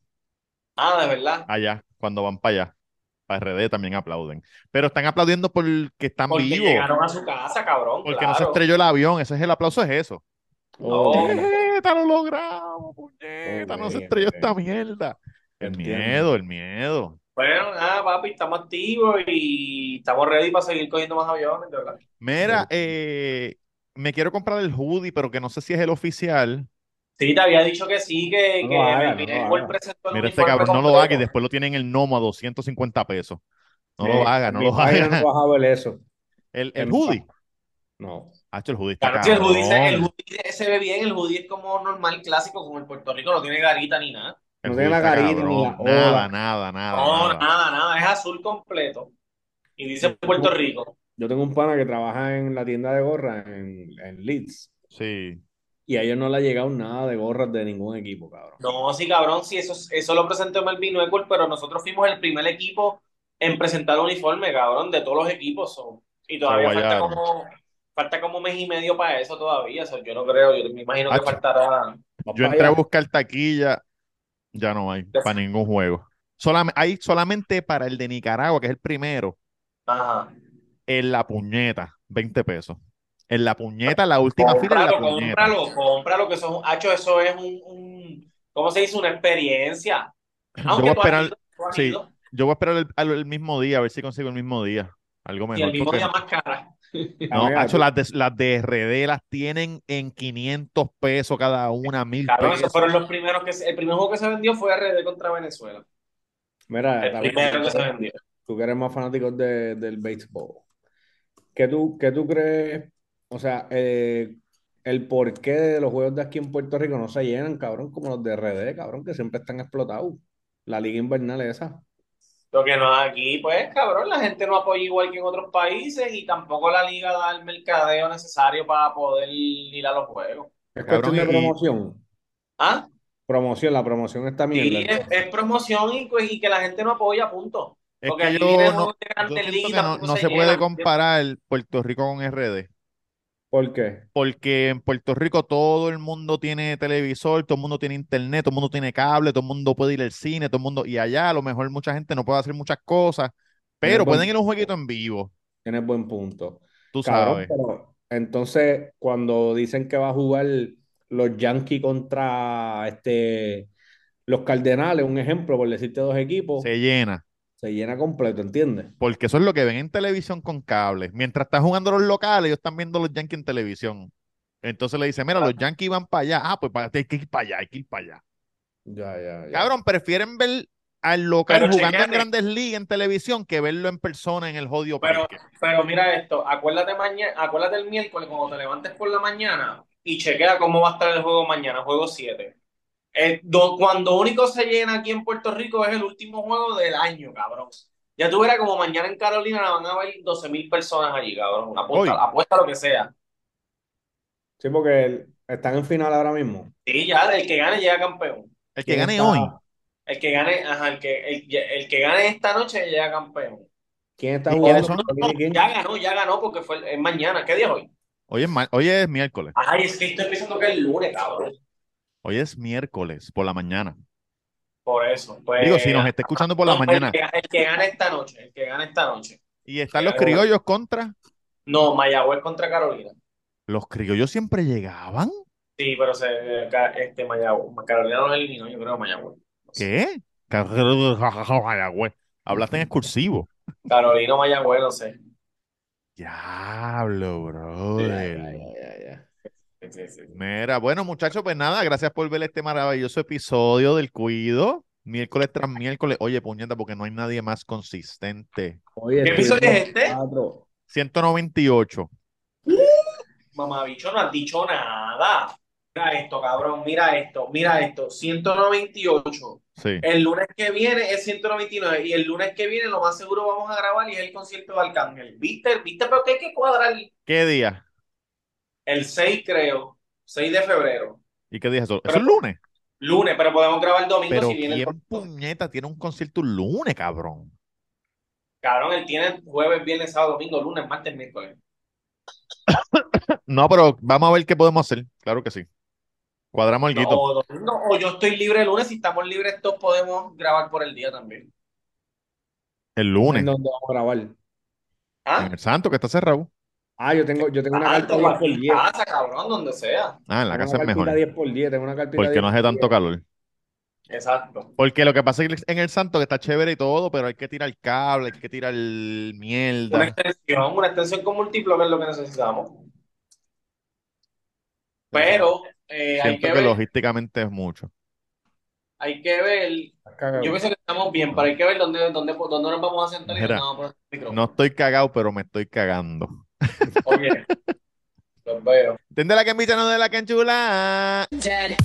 Speaker 1: Ah, de verdad.
Speaker 2: allá, cuando van para allá. Para RD también aplauden. Pero están aplaudiendo porque están
Speaker 1: Porque
Speaker 2: vivos.
Speaker 1: llegaron a su casa, cabrón.
Speaker 2: Porque
Speaker 1: claro.
Speaker 2: no se estrelló el avión. Ese es el aplauso, es eso.
Speaker 1: Oh.
Speaker 2: ¡Puñeta, lo logramos! ¡Puñeta! No se estrelló esta mierda. eh, El
Speaker 3: Entiendo.
Speaker 2: miedo, el miedo.
Speaker 1: Bueno, nada, papi, estamos activos y estamos ready para seguir cogiendo más aviones, de verdad.
Speaker 2: Mira, eh, me quiero comprar el hoodie, pero que no sé si es el oficial.
Speaker 1: Sí, te había dicho que sí, que,
Speaker 3: No
Speaker 1: que
Speaker 3: lo haga,
Speaker 1: Melvin
Speaker 3: no lo
Speaker 1: Edwards
Speaker 3: haga.
Speaker 1: presentó el
Speaker 2: Mira, este
Speaker 1: uniforme
Speaker 2: cabrón no lo haga y
Speaker 1: completo.
Speaker 2: después lo tienen en el Nomo a 250 pesos. No
Speaker 4: Eh,
Speaker 2: lo haga,
Speaker 4: en
Speaker 2: no
Speaker 4: mi
Speaker 2: lo
Speaker 4: página
Speaker 2: haga.
Speaker 4: No vas a ver eso.
Speaker 2: El, el
Speaker 4: en-
Speaker 2: hoodie.
Speaker 4: No.
Speaker 2: Hacho, el hoodie está
Speaker 1: Claro, si el hoodie, se, el
Speaker 2: cabrón.
Speaker 1: hoodie se ve bien, el hoodie es como normal, clásico, como el Puerto Rico, no tiene garita ni nada.
Speaker 2: El
Speaker 4: No tiene la
Speaker 2: hoodie está
Speaker 4: carita ni la
Speaker 2: cabrón. Nada,
Speaker 4: ola.
Speaker 2: nada, nada,
Speaker 1: No,
Speaker 2: nada.
Speaker 1: nada, nada, es azul completo. Y dice
Speaker 4: Sí.
Speaker 1: Puerto Rico.
Speaker 4: Yo tengo un pana que trabaja en la tienda de gorras en, en Leeds
Speaker 2: Sí.
Speaker 4: y a ellos no le ha llegado nada de gorras de ningún equipo, cabrón.
Speaker 1: No, sí, cabrón, sí, eso, eso lo presentó Melvin Edwards, pero nosotros fuimos el primer equipo en presentar uniforme, cabrón, de todos los equipos. so. Y todavía falta
Speaker 2: guayaron.
Speaker 1: como, falta como mes y medio para eso todavía. so, yo no creo, yo me imagino que
Speaker 2: Hacho.
Speaker 1: faltará.
Speaker 4: Vas
Speaker 2: Yo
Speaker 4: pa'
Speaker 2: entré a
Speaker 4: allá.
Speaker 2: buscar taquilla, ya no hay
Speaker 1: Ya
Speaker 2: para ningún juego. Solam- hay solamente para el de Nicaragua, que es el primero,
Speaker 1: Ajá.
Speaker 2: en la puñeta, 20 pesos. En la puñeta, la última fila en la
Speaker 1: Cómpralo,
Speaker 2: puñeta.
Speaker 1: cómpralo, cómpralo, que eso es un, hacho, eso es un, un- ¿cómo se dice? Una experiencia.
Speaker 2: Yo voy
Speaker 1: Aunque
Speaker 2: a
Speaker 1: tú has
Speaker 2: esperar,
Speaker 1: ido, tú has
Speaker 2: sí,
Speaker 1: ido,
Speaker 2: yo voy a esperar el, al- el mismo día, a ver si consigo el mismo día. Algo
Speaker 1: y
Speaker 2: mejor.
Speaker 1: el mismo
Speaker 2: porque
Speaker 1: día
Speaker 2: no-
Speaker 1: más cara.
Speaker 2: no,
Speaker 4: Amiga,
Speaker 2: hacho, las de, las de RD las tienen en 500 pesos cada una, mil
Speaker 1: Cabrón, esos
Speaker 2: pesos.
Speaker 1: fueron los primeros que, se- el primer juego que se vendió fue RD contra Venezuela.
Speaker 4: Mira,
Speaker 1: El
Speaker 4: también
Speaker 1: Eh, primero que
Speaker 4: tú,
Speaker 1: se vendió.
Speaker 4: tú que eres más fanático de- del béisbol. ¿Qué tú, qué tú crees? O sea, eh, el porqué de los juegos de aquí en Puerto Rico no se llenan, cabrón, como los de RD, cabrón, que siempre están explotados. La liga invernal es esa.
Speaker 1: Lo que no es aquí, pues, cabrón, la gente no apoya igual que en otros países y tampoco la liga da el mercadeo necesario para poder ir a los juegos.
Speaker 4: Es
Speaker 2: Cabrón,
Speaker 4: cuestión de
Speaker 2: y-
Speaker 4: promoción.
Speaker 1: ¿Ah?
Speaker 4: Promoción, la promoción está mierda.
Speaker 1: Sí, es, es promoción y, pues, y que la gente no apoya, punto.
Speaker 2: Es
Speaker 1: Porque
Speaker 2: que
Speaker 1: aquí
Speaker 2: yo
Speaker 1: viene el
Speaker 2: no,
Speaker 1: juego de
Speaker 2: yo
Speaker 1: Grandes
Speaker 2: siento
Speaker 1: Ligas y
Speaker 2: que no-
Speaker 1: tampoco
Speaker 2: no
Speaker 1: se
Speaker 2: se puede
Speaker 1: llenan.
Speaker 2: comparar Puerto Rico con RD.
Speaker 4: ¿Por qué?
Speaker 2: Porque en Puerto Rico todo el mundo tiene televisor, todo el mundo tiene internet, todo el mundo tiene cable, todo el mundo puede ir al cine, todo el mundo. Y allá a lo mejor mucha gente no puede hacer muchas cosas, pero
Speaker 4: buen
Speaker 2: pueden ir a un jueguito en vivo,
Speaker 4: Tienes buen punto.
Speaker 2: tú
Speaker 4: Cabrón,
Speaker 2: sabes.
Speaker 4: pero entonces cuando dicen que va a jugar los Yankees contra este, los Cardenales, un ejemplo, por decirte dos equipos,
Speaker 2: Se llena.
Speaker 4: se llena completo, ¿entiendes?
Speaker 2: Porque eso es lo que ven en televisión con cable. Mientras están jugando los locales, ellos están viendo los Yankees en televisión. Entonces le dicen, mira, los Yankees van para allá. Ah, pues para, hay que ir para allá, hay que ir para allá.
Speaker 4: Ya, ya, ya.
Speaker 2: Cabrón, prefieren ver al local
Speaker 1: Pero
Speaker 2: jugando en
Speaker 1: chequéate.
Speaker 2: Grandes Ligas en televisión que verlo en persona en el jodido
Speaker 1: Pero-
Speaker 2: parque.
Speaker 1: Pero mira esto, acuérdate mañana, acuérdate el miércoles cuando te levantes por la mañana y chequea cómo va a estar el juego mañana, juego 7. Eh, do- cuando único se llena aquí en Puerto Rico es el último juego del año, cabrón. Ya tú verás como mañana en Carolina la van a ver 12 mil personas allí, cabrón. Apuesta,
Speaker 2: Hoy.
Speaker 1: apuesta lo que sea.
Speaker 4: Sí, porque el- están en final ahora mismo.
Speaker 1: Sí, ya, el que gane llega campeón.
Speaker 2: El que
Speaker 4: ¿Quién
Speaker 2: gane
Speaker 4: está-
Speaker 2: hoy.
Speaker 1: El que gane, ajá, el que, el, el que gane esta noche llega campeón.
Speaker 4: ¿Quién está
Speaker 2: ¿Y
Speaker 4: jugando?
Speaker 2: quiénes son?
Speaker 4: Carolina y quién?
Speaker 1: Ya ganó, ya ganó porque fue es mañana. ¿Qué día es hoy?
Speaker 2: Hoy es, ma- hoy es miércoles.
Speaker 1: Ay, es que estoy pensando que es el lunes, cabrón.
Speaker 2: Hoy es miércoles por la mañana.
Speaker 1: Por eso. Pues,
Speaker 2: Digo, si nos está escuchando por la
Speaker 1: No,
Speaker 2: mañana.
Speaker 1: El que, el que gana esta noche, el que gana esta noche.
Speaker 2: Y están los
Speaker 1: Pero bueno.
Speaker 2: criollos contra.
Speaker 1: No, Mayagüez contra Carolina.
Speaker 2: Los criollos siempre llegaban.
Speaker 1: Sí, pero se, ca- este, Mayagüez, Carolina los eliminó, yo creo, Mayagüez.
Speaker 2: ¿Qué? Hablaste en excursivo.
Speaker 1: Carolina o Mayagüez, no sé.
Speaker 2: Diablo,
Speaker 4: Ya,
Speaker 2: brother.
Speaker 4: ya, ya, ya, ya.
Speaker 1: Sí, sí, sí.
Speaker 2: Mira, bueno, muchachos, pues nada, gracias por ver este maravilloso episodio del Cuido. Miércoles tras miércoles. Oye, puñeta, porque no hay nadie más consistente.
Speaker 4: Oye,
Speaker 1: ¿Qué
Speaker 4: estuvimos
Speaker 1: episodio es este?
Speaker 4: cuatro.
Speaker 2: 198.
Speaker 1: Mamabicho no has dicho nada. Mira esto, cabrón, mira esto, mira esto. 198.
Speaker 2: Sí.
Speaker 1: El lunes que viene es 199 y el lunes que viene lo más seguro vamos a grabar y es el concierto de Arcángel. ¿Viste? ¿Viste? Pero que hay que cuadrar
Speaker 2: ¿Qué día?
Speaker 1: el 6, creo. 6 de febrero.
Speaker 2: ¿Y qué día es eso? Eso
Speaker 1: Pero-
Speaker 2: es lunes.
Speaker 1: Lunes, pero podemos grabar el domingo
Speaker 2: Pero
Speaker 1: si viene el
Speaker 2: ¿quién puñeta tiene un concierto un lunes, cabrón?
Speaker 1: Cabrón, él tiene jueves, viernes, sábado, domingo, lunes, martes, miércoles.
Speaker 2: No, pero vamos a ver qué podemos hacer. Claro que sí. Cuadramos el
Speaker 1: No,
Speaker 2: guito.
Speaker 1: o domingo, o yo estoy libre el lunes, si estamos libres todos podemos grabar por el día también.
Speaker 2: El lunes.
Speaker 4: ¿En dónde vamos a grabar?
Speaker 1: ¿Ah?
Speaker 2: En el santo, que está cerrado.
Speaker 4: Ah, yo tengo, yo tengo una
Speaker 1: Ah,
Speaker 4: carta
Speaker 1: en
Speaker 4: 10 por
Speaker 1: cualquier
Speaker 4: 10.
Speaker 1: casa, cabrón, donde sea.
Speaker 2: Ah, en la
Speaker 4: Tengo
Speaker 2: casa es
Speaker 4: una cartita
Speaker 2: mejor.
Speaker 4: 10 por 10, tengo una cartita
Speaker 2: Porque
Speaker 4: 10
Speaker 2: no hace
Speaker 4: por
Speaker 2: tanto
Speaker 4: 10.
Speaker 2: calor.
Speaker 1: Exacto.
Speaker 2: Porque lo que pasa es que en el santo que está chévere y todo, pero hay que tirar cable, hay que tirar mierda.
Speaker 1: Una extensión, una extensión con múltiplo, que es lo que necesitamos. Pero eh, hay que
Speaker 2: Siento que,
Speaker 1: ver,
Speaker 2: logísticamente es mucho.
Speaker 1: hay que ver.
Speaker 4: Caga,
Speaker 1: Yo pienso que estamos bien, pero hay que ver dónde, dónde, dónde nos vamos a sentar y
Speaker 2: Mira,
Speaker 1: dónde vamos a poner el
Speaker 2: No
Speaker 1: micrófono.
Speaker 2: estoy cagado, pero me estoy cagando.
Speaker 1: Oye, los veo.
Speaker 2: ¿Tendrá la camisa no de la canchula?
Speaker 6: Dead.